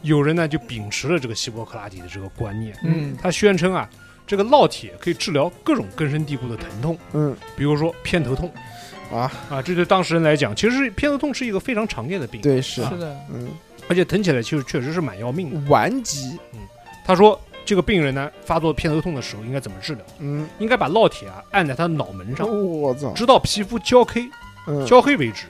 C: 有人呢就秉持了这个希波克拉底的这个观念，
B: 嗯
C: 他宣称啊，这个烙铁可以治疗各种根深蒂固的疼痛，
D: 嗯
C: 比如说偏头痛
D: 啊
C: 啊，这对当事人来讲，其实是偏头痛是一个非常常见的病，，
D: 对是，
B: 是的，
D: 嗯，
C: 而且疼起来其实确实是蛮要命的。
D: 顽疾。
C: 他说，这个病人呢发作偏头痛的时候应该怎么治疗？
D: 嗯，
C: 应该把烙铁啊按在他的脑门上，
D: 我操。
C: 直到皮肤焦黑，
D: 哦嗯
C: 焦黑为止。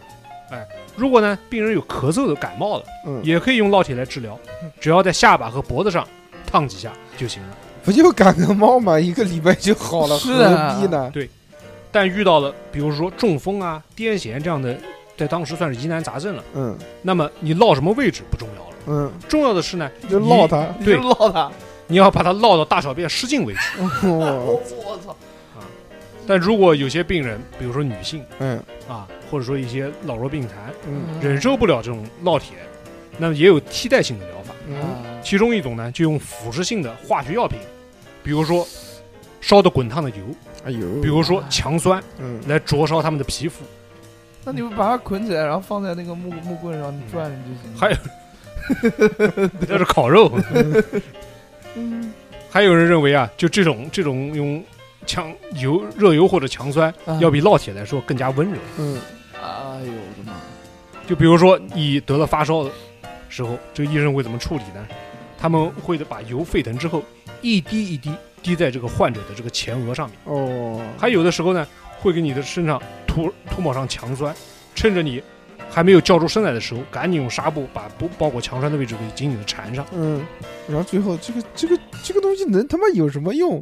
C: 哎，如果呢病人有咳嗽的、感冒了，
D: 嗯，
C: 也可以用烙铁来治疗，只要在下巴和脖子上烫几下就行了。
D: 不就感个冒嘛，一个礼拜就好了，
B: 是啊
D: 何必呢？
C: 但遇到了比如说中风啊、癫痫这样的，在当时算是疑难杂症了。
D: 嗯
C: 那么你落什么位置不重要了，
D: 嗯，
C: 重要的是呢，
D: 就
C: 你
D: 落 他，
B: 你
C: 对
B: 就唠他，
C: 你要把它落到大小便失禁为止。
D: 哦
B: 我操，
C: 但如果有些病人，比如说女性
D: 嗯
C: 啊，或者说一些老弱病残，
D: 嗯
C: 忍受不了这种烙铁，那么也有替代性的疗法。
B: 啊
D: 嗯，
C: 其中一种呢，就用腐蚀性的化学药品，比如说烧的滚烫的油，
D: 哎呦，
C: 比如说强酸，
D: 嗯
C: 来灼烧他们的皮肤。
B: 那你们把它捆起来，然后放在那个木木棍上，你转着就行。
C: 还有那是烤肉。还有人认为啊，就这种这种用强油、热油或者强酸，
B: 啊
C: 要比烙铁来说更加温柔。
D: 嗯
B: 哎呦我的妈！
C: 就比如说你得了发烧的时候，这个医生会怎么处理呢？他们会把油沸腾之后，一滴一滴滴在这个患者的这个前额上面。
D: 哦，
C: 还有的时候呢，会给你的身上涂涂抹上强酸，趁着你还没有叫出声来的时候，赶紧用纱布把包包裹强酸的位置给紧紧的缠上。
D: 嗯，然后最后这个这个这个东西能他妈有什么用？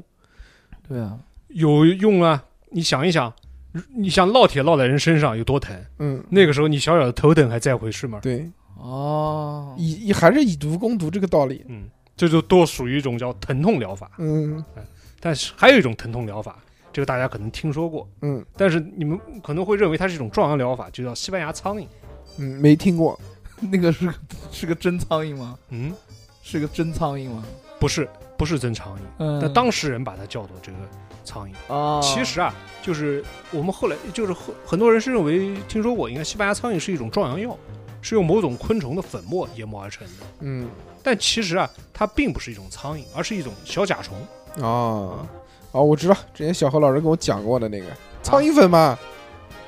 B: 对啊，
C: 有用啊！你想一想，如你想烙铁烙在人身上有多疼？
D: 嗯，
C: 那个时候你小小的头疼还在回事吗？
D: 对，
B: 哦，
D: 以以还是以毒攻毒这个道理。
C: 嗯，这就都属于一种叫疼痛疗法。
D: 嗯
C: 但是还有一种疼痛疗法，这个大家可能听说过，
D: 嗯
C: 但是你们可能会认为它是一种壮阳疗法，就叫西班牙苍蝇。
D: 嗯，没听过。
B: 那个是个是个真苍蝇吗？
C: 嗯，
B: 是个真苍蝇吗？
C: 不是，不是真苍蝇，
B: 嗯
C: 但当事人把它叫做这个苍蝇。
B: 哦，
C: 其实啊，就是我们后来就是很很多人是认为听说过，应该西班牙苍蝇是一种壮阳药，是用某种昆虫的粉末研磨而成的。
D: 嗯
C: 但其实啊，它并不是一种苍蝇，而是一种小甲虫。
D: 啊哦，我知道，之前小何老师跟我讲过的那个苍蝇粉
C: 啊
D: 嘛，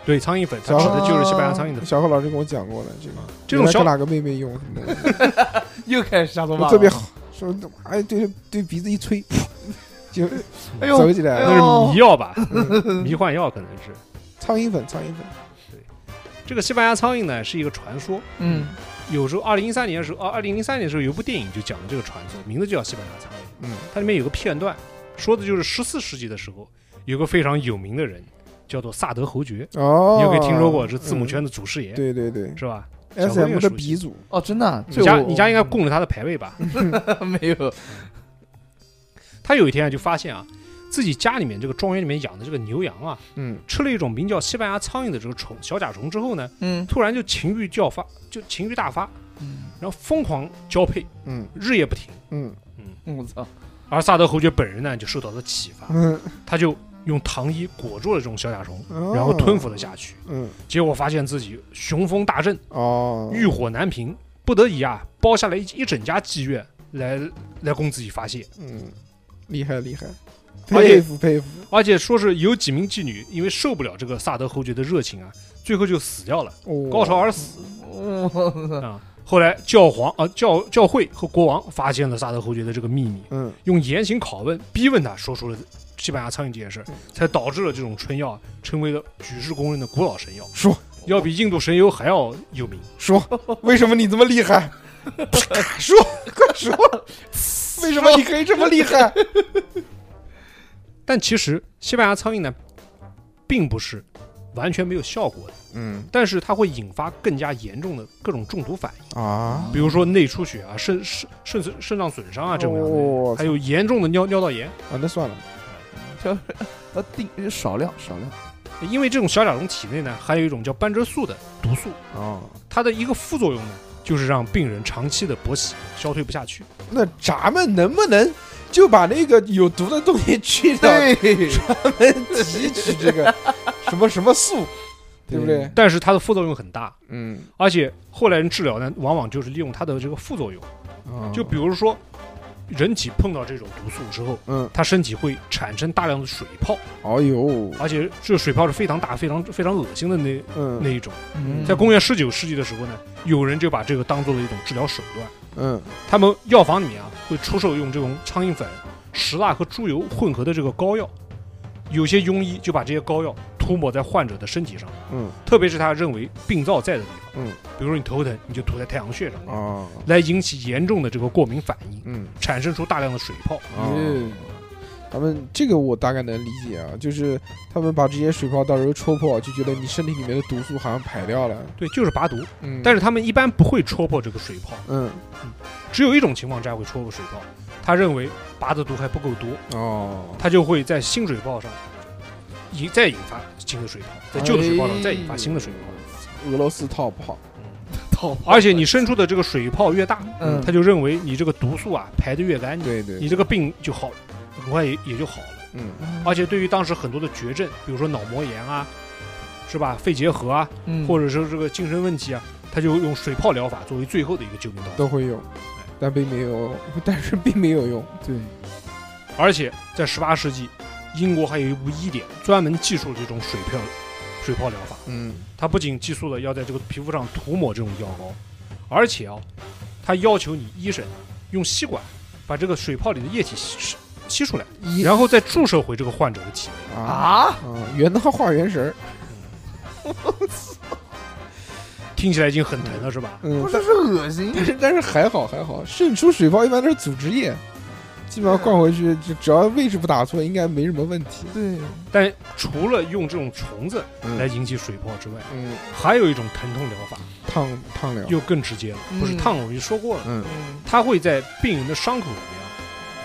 C: 对，苍蝇粉，它指的就是西班牙苍蝇的粉。
D: 小何老师跟我讲过的这个。
C: 啊这种
D: 原来
C: 小
D: 跟哪个妹妹用什么东西？
B: 又开始瞎说
D: 我
B: 话，
D: 特别。好，说哎对对鼻子一吹， 就
B: 哎呦，
D: 走起来
B: 哎
C: 那
D: 了。
B: 呦
C: 是迷药 吧？
D: 嗯
C: 迷幻药可能是。
D: 苍蝇粉，苍蝇粉，
C: 这个西班牙苍蝇呢是一个传说，
B: 嗯，
C: 有时候二零一三年的时候，啊，二零零三年的时候有一部电影就讲了这个传说，名字就叫《西班牙苍蝇》。
D: 嗯
C: 它里面有个片段，说的就是十四世纪的时候，有个非常有名的人叫做萨德侯爵，
D: 哦，
C: 你有没有听说过？是字母
D: 嗯
C: 圈的祖师爷，
D: 对对对
C: 是吧？小
D: ，S
C: 朋
D: M
C: 友
D: 的
C: 熟悉
D: 鼻祖，
B: 哦，真的啊，
C: 你
B: 这
C: 家
B: 我
C: 你家应该供着他的牌位吧？
B: 没有
C: 他有一天啊就发现啊，自己家里面这个庄园里面养的这个牛羊啊，
D: 嗯
C: 吃了一种名叫西班牙苍蝇的这个虫小甲虫之后呢，
B: 嗯
C: 突然就情欲叫发，就情欲大发，
B: 嗯，
C: 然后疯狂交配，
D: 嗯
C: 日夜不停。
D: 嗯
B: 我操，
C: 而萨德侯爵本人呢，就受到了启发，
D: 嗯，
C: 他就用糖衣裹住了这种小甲虫，
D: 哦
C: 然后吞服了下去。
D: 嗯
C: 结果发现自己雄风大振，
D: 哦，
C: 欲火难平，不得已啊，包下来一一整家妓院来来供自己发泄。
D: 嗯，厉害厉害，
C: 而且
D: 佩服佩服，
C: 而且说是有几名妓女因为受不了这个萨德侯爵的热情啊，最后就死掉了，
D: 哦
C: 高潮而死
B: 我操，
C: 啊。后来教皇啊、教教会和国王发现了萨德侯爵的这个秘密，
D: 嗯
C: 用严刑拷问逼问他说出了西班牙苍蝇这件事儿
D: 嗯，
C: 才导致了这种春药成为了举世公认的古老神药，
D: 说
C: 要比印度神油还要有名。
D: 说，为什么你这么厉 害？说快说，为什么你可以这么厉害？
C: 但其实西班牙苍蝇呢，并不是完全没有效果的，
D: 嗯
C: 但是它会引发更加严重的各种中毒反应，
B: 哦
D: 啊，
C: 比如说内出血啊、肾肾肾损肾脏损伤啊这种样的，
D: 哦
C: 还有严重的尿尿道炎。
D: 啊，那算了，
B: 就是呃定少量少量，
C: 因为这种小甲虫体内呢，还有一种叫斑折素的毒素，
D: 哦，
C: 它的一个副作用呢，就是让病人长期的勃起，消退不下去。
D: 那咱们能不能就把那个有毒的东西去掉，专门提取这 个什么什么素，对不对？
C: 但是它的副作用很大，
D: 嗯，
C: 而且后来人治疗呢，往往就是利用它的这个副作用，
D: 哦嗯
C: 就比如说，人体碰到这种毒素之后，
D: 嗯，
C: 它身体会产生大量的水泡，
D: 哦呦，
C: 而且这水泡是非常大、非常非常恶心的那那
D: 嗯
C: 一种。
B: 嗯
C: 在公元十九世纪的时候呢，有人就把这个当做了一种治疗手段，
D: 嗯，
C: 他们药房里面啊会出售用这种苍蝇粉、石蜡和猪油混合的这个膏药，有些庸医就把这些膏药涂抹在患者的身体上，
D: 嗯，
C: 特别是他认为病灶在的地方，
D: 嗯，
C: 比如说你头疼，你就涂在太阳穴上面，
D: 哦，
C: 来引起严重的这个过敏反应，
D: 嗯，
C: 产生出大量的水泡。
D: 哦，他们这个我大概能理解啊，就是他们把这些水泡到时候戳破，就觉得你身体里面的毒素好像排掉了。
C: 对，就是拔毒。
D: 嗯，
C: 但
D: 是
C: 是他们一般不会戳破这个水泡，
D: 嗯
C: 只有一种情况之下会戳破水泡，他认为拔的毒还不够多，
D: 哦，
C: 他就会在新水泡上引再引发新的水泡，在旧的水泡上再引发新的水
D: 哎
C: 泡。嗯
D: 俄罗斯套泡，
B: 套
C: 哦而且你生出的这个水泡越大，
B: 嗯
C: 他就认为你这个毒素啊排得越干净，
D: 对对，
C: 你这个病就好了，很快也也就好了。
D: 嗯
C: 而且对于当时很多的绝症，比如说脑膜炎啊，是吧？肺结核啊，
B: 嗯
C: 或者说这个精神问题啊，他就用水泡疗法作为最后的一个救命稻草。
D: 都会有，
C: 哎
D: 但并没有，但是并没有用。
B: 对，
C: 而且在十八世纪，英国还有一部医典专门记述了这种水泡水泡疗法。
D: 嗯，
C: 它不仅记述了要在这个皮肤上涂抹这种药膏，而且啊，它要求你医生用吸管把这个水泡里的液体吸吸出来，
D: 一
C: 然后再注射回这个患者的体内。
D: 啊
B: 啊，
D: 啊，原汤化原食儿，
C: 听起来已经很疼了，是吧？
D: 嗯
B: 不，是是恶心，
D: 但是但是还好还好，渗出水泡一般都是组织液，基本上灌回去，就只要位置不打错，应该没什么问题。
B: 对，
C: 但除了用这种虫子来
D: 嗯
C: 引起水泡之外，
D: 嗯，
C: 还有一种疼痛疗法，
D: 烫烫疗，
C: 又更直接了，不是
B: 嗯
C: 烫，我们就说过了，
D: 嗯
B: 嗯
C: 它会在病人的伤口里面啊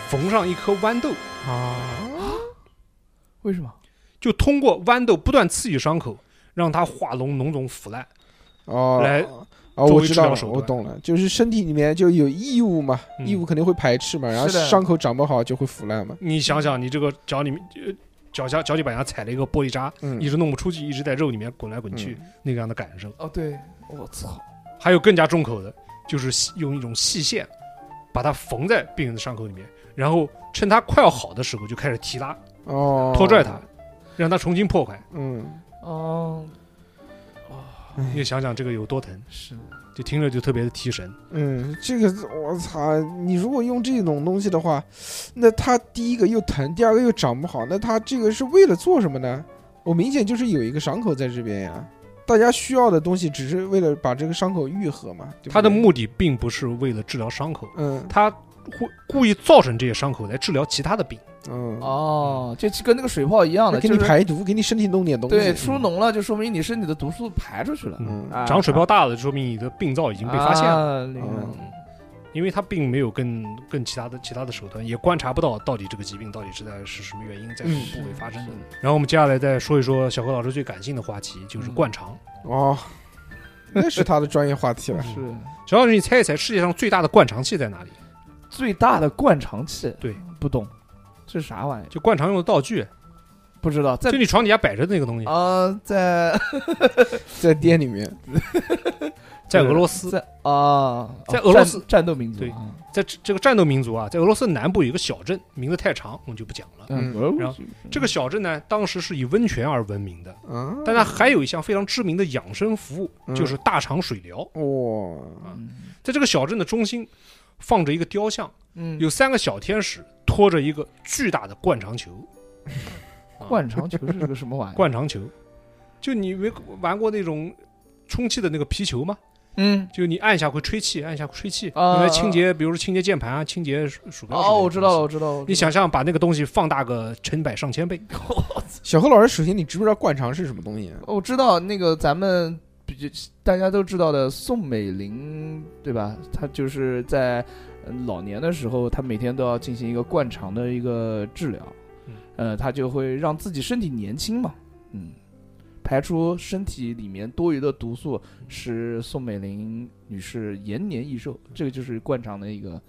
C: 缝上一颗豌豆，
D: 啊，
B: 为什么？
C: 就通过豌豆不断刺激伤口，让它化脓脓肿腐烂。
D: 哦，
C: 来
D: 啊，
C: 作
D: 我
C: 为
D: 知
C: 治
D: 道
C: 疗
D: 了，
C: 手
D: 我
C: 段
D: 懂了，就是身体里面就有异物嘛，
C: 嗯
D: 异物肯定会排斥嘛，然后
B: 是的
D: 伤口长不好就会腐烂嘛，
C: 你想想，你这个脚里面，呃脚下脚底板上踩了一个玻璃渣，
D: 嗯
C: 一直弄不出去，一直在肉里面滚来滚去，那个样的感受。
B: 哦，对，我操，
C: 还有更加重口的，就是细用一种细线把它缝在病人的伤口里面，然后趁它快要好的时候就开始提拉、
D: 哦，
C: 拖拽它，，让它重新破开。
D: 嗯，
B: 哦，
C: 你想想这个有多疼，
B: 是的，
C: 就听着就特别的提神。
D: 嗯，这个我操！你如果用这种东西的话，那它第一个又疼，第二个又长不好，那它这个是为了做什么呢？我明显就是有一个伤口在这边呀，大家需要的东西只是为了把这个伤口愈合嘛。对不对
C: 它的目的并不是为了治疗伤口，
D: 嗯
C: 它会故意造成这些伤口来治疗其他的病。
D: 嗯，
B: 哦，就跟那个水泡一样的，
D: 给
B: 就
D: 你
B: 是
D: 排毒，给你身体弄点东西。
B: 对出脓了，就说明你身体的毒素排出去了，
D: 嗯
B: 啊
C: 嗯长水泡大了，就说明你的病灶已
B: 已
C: 经被发现了。
B: 了
D: 嗯
C: 因为他并没有更更其他的其他的手段，也观察不到到底这个疾病到底是在是什么原因在什么部位发生的。然后我们接下来再说一说小何老师最感性的话题，就是灌肠。
D: 哦，那是他的专业话题
C: 嗯
D: 了。
B: 是
C: 小何老师，你猜一猜世界上最大的灌肠器在哪里？
B: 最大的灌肠器，
C: 对，
B: 不懂，这啥玩意儿？
C: 就灌肠用的道具，
B: 不知道，在
C: 就你床底下摆着的那个东西，
B: 啊，在
D: 在店里面，
C: 在俄罗斯，
B: 在啊，
C: 在俄罗斯
B: 战战斗民族，
C: 对
B: 啊
C: 在这这个战斗民族啊，在俄罗斯南部有一个小镇，名字太长，我们就不讲了。
D: 嗯
B: 俄罗斯
C: 然后这个小镇呢，当时是以温泉而闻名的，
D: 嗯，
C: 但它还有一项非常知名的养生服务，
D: 嗯
C: 就是大肠水疗。
D: 哇，
B: 嗯
C: 在这个小镇的中心，放着一个雕像。
B: 嗯，
C: 有三个小天使拖着一个巨大的灌肠球，
B: 灌肠球是个什么玩意？
C: 灌肠球，就你没玩过那种充气的那个皮球吗？
B: 嗯，
C: 就你按一下会吹气，按一下会吹气，
B: 啊
C: 用来清洁，比如说清洁键盘啊，清洁鼠鼠标。
B: 哦，我知道了，。我知道了，
C: 你 想象把那个东西放大个成百上千倍，
D: 小何老师，首先你知不知道灌肠是什么东西？啊
B: 我哦知道那个咱们比较大家都知道的宋美龄，对吧？她就是在呃老年的时候，她每天都要进行一个灌肠的一个治疗
C: 嗯，
B: 呃，她就会让自己身体年轻嘛，嗯，排出身体里面多余的毒素，使宋美龄女士延年益寿。这个就是灌肠的一个。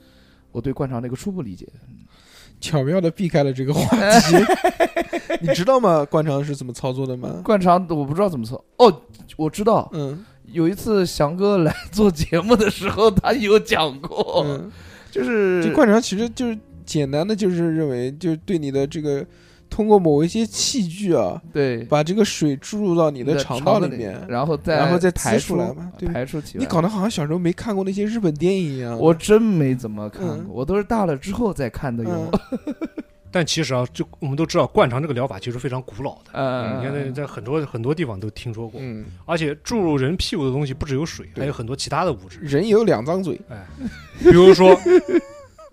B: 我对灌肠的一个初步理解，
D: 巧妙的避开了这个话题。你知道吗？灌肠是怎么操作的吗？
B: 灌肠我不知道怎么测哦，我知道，
D: 嗯，
B: 有一次翔哥来做节目的时候，他有讲过，
D: 嗯
B: 就是
D: 这灌肠其实就是简单的，就是认为就是对你的这个通过某一些器具啊，
B: 对
D: 把这个水注入到你
B: 你
D: 的肠
B: 肠
D: 道
B: 子
D: 里面。
B: 然后再
D: 然后再滋
B: 排
D: 出
B: 出
D: 来嘛对
B: 排出体外。
D: 你搞得好像小时候没看过那些日本电影一样。
B: 我真没怎么看
D: 嗯
B: 过，我都是大了之后再看的
D: 嗯
B: 哟。，
C: 但其实啊，就我们都知道灌肠这个疗法其实非常 古老的，
B: 呃，
C: 嗯你看在在很多很多地方都听说过，
D: 嗯，
C: 而且注入人屁股的东西不只有水，
D: 对
C: 还有很多其他的物质，
D: 人有两张嘴，
C: 比如说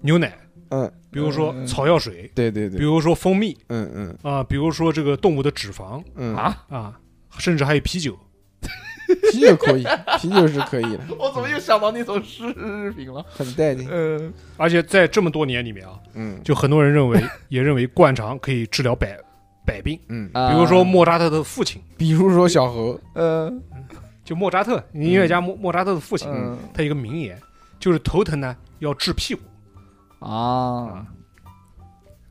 C: 牛奶、
D: 嗯，
C: 比如说
B: 嗯
C: 草药水，
D: 对对
C: 比
D: 对，
C: 如说蜂蜜
D: 嗯嗯
C: 啊，比如说这个动物的脂肪
D: 嗯，
B: 啊，
C: 啊，甚至还有啤酒。
D: 啤酒可以， 啤酒是可以的，
B: 我怎么又想到那种饰品了？
D: 很带劲。
B: 嗯，
C: 而且在这么多年里面啊，
D: 嗯
C: 就很多人认为也认为灌肠可以治疗百百病，
D: 嗯，
B: 比
C: 比如说，莫扎特的父亲，
D: 比如说小猴，
B: 呃，
C: 就莫扎特音乐家莫莫扎特的父亲，
B: 嗯
C: 他有一个名言就是头疼呢要治屁股。
D: 嗯
B: 啊，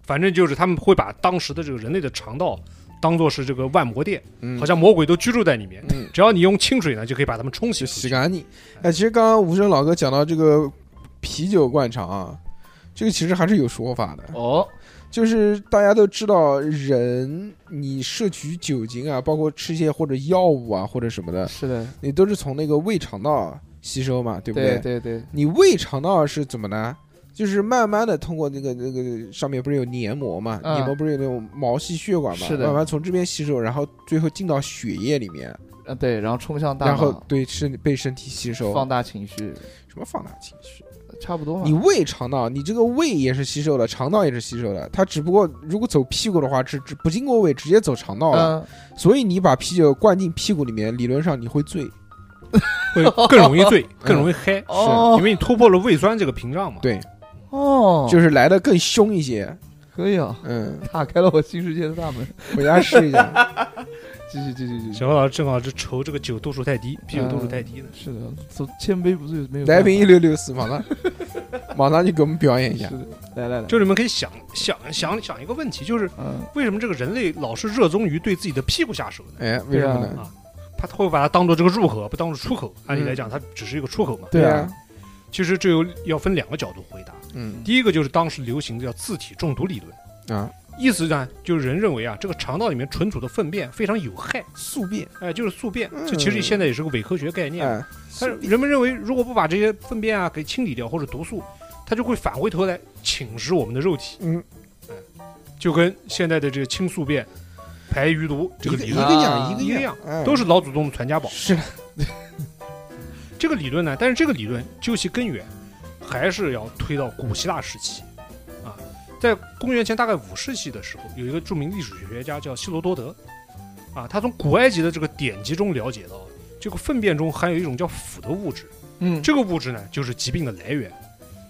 C: 反正就是他们会把当时的这个人类的肠道当做是这个万魔殿，
D: 嗯，
C: 好像魔鬼都居住在里面。
D: 嗯，
C: 只要你用清水呢，就可以把它们冲洗
D: 就
C: 出
D: 洗
C: 去。
D: 干净。哎，其实刚刚无声老哥讲到这个啤酒灌肠啊，这个其实还是有说法的。
B: 哦，
D: 就是大家都知道，人你摄取酒精啊，包括吃一些或者药物啊或者什么的，
B: 是的，
D: 你都是从那个胃肠道吸收嘛，对不
B: 对对对，
D: 你胃肠道是怎么呢？就是慢慢的通过那个那个上面不是有黏膜嘛，
B: 嗯
D: 黏膜不是有那种毛细血管嘛，
B: 是的
D: 慢慢从这边吸收，然后最后进到血液里面，
B: 呃，对，然后冲向大
D: 然后
B: 脑，
D: 对身被身体吸收。
B: 放大情绪，
D: 什么放大情绪？
B: 差不多嘛。
D: 你胃肠道，你这个胃也是吸收的，肠道也是吸收的，它只不过如果走屁股的话，是只不经过胃，直接走肠道了。
B: 嗯，
D: 所以你把啤酒灌进屁股里面，理论上你会醉。
C: 会更容易 醉，更容易嗨，
B: 哦
C: 因为你突破了胃酸这个屏障嘛。
D: 嗯对，
B: 哦，
D: 就是来的更凶一些。
B: 可以啊，
D: 嗯，
B: 打开了我新世界的大门。
D: 回家试一下。
B: 继续继续继续，
C: 小何老师正好是愁这个酒度数太低，啤酒度
D: 嗯
C: 数太低了。
B: 是的，走千杯不醉没有办法。
D: 来瓶一六六四，马上 马上就给我们表演一下
B: 是。的，来来来，
C: 就你们可以想想想想一个问题，就是
B: 嗯，
C: 为什么这个人类老是热衷于对自己的屁股下手呢？
D: 哎，为什么呢？
C: 他会把它当做这个入口，不当做出口。按理来
D: 嗯
C: 讲，它只是一个出口嘛。
B: 对
D: 啊
B: 啊，，
C: 其实这有要分两个角度回答。
D: 嗯
C: 第一个就是当时流行的叫自体中毒理论。
D: 啊，
C: 意思呢，就是人认为啊，这个肠道里面存储的粪便非常有害，
D: 宿便。
C: 哎、就是宿便。
D: 嗯
C: 这其实现在也是个伪科学概念。
D: 哎，
C: 但是人们认为，如果不把这些粪便啊给清理掉或者毒素，它就会返回头来侵蚀我们的肉体。
D: 嗯
C: 哎，就跟现在的这个清宿便、排余毒这个
D: 一
C: 理
D: 一
C: 论
D: 个
B: 啊
D: 样一
C: 一
D: 个
C: 个样，
D: 哎
C: 都是老祖宗的传家宝。
D: 是的。
C: 这个理论呢，但是这个理论究其根源，还是要推到古希腊时期啊，在公元前大概五世纪的时候，有一个著名历史学家叫希罗多德啊，他从古埃及的这个典籍中了解到，这个粪便中含有一种叫腐的物质，
B: 嗯，
C: 这个物质呢就是疾病的来源，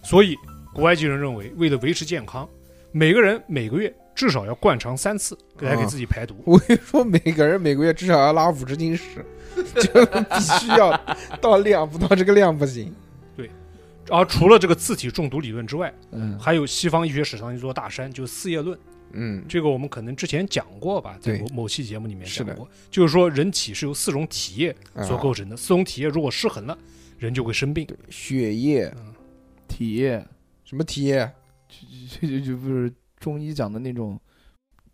C: 所以古埃及人认为，为了维持健康，每个人每个月至少要灌肠三次，来给自己排毒。
D: 我跟你说，每个人每个月至少要拉五十斤屎， 就必须要到量，不到这个量不行。
C: 而除了这个自体中毒理论之外，
B: 嗯
C: 还有西方医学史上一座大山，就是四叶论。
D: 嗯
C: 这个我们可能之前讲过吧，在
D: 对
C: 某某期节目里面
D: 是
C: 讲
D: 的
C: 过，就是说人体是由四种体液
D: 啊
C: 所构成的，四种体液如果失衡了，人就会生病。
D: 对，血液
C: 嗯，
B: 体液，
D: 什么体液？
B: 这就就不是中医讲的那种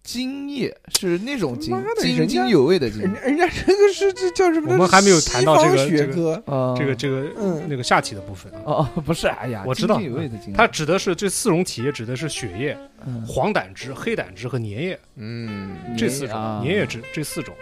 B: 精液，是那种精
D: 妈，的
B: 津
D: 人家
B: 津有味的精
D: 人人家这个是这叫什么？
C: 嗯我们还没有谈到这个
D: 西方学科。
B: 啊。
C: 这个这个
D: 嗯
C: 那个下体的部分啊，
B: 哦哦，不是，哎呀，
C: 我知道
B: 津津有味的精，
C: 它指的是这四种体液指的是血液、
B: 嗯
C: 黄胆汁、黑胆汁和粘液
D: 嗯
C: 这四种，
B: 啊
C: 粘液质这四种。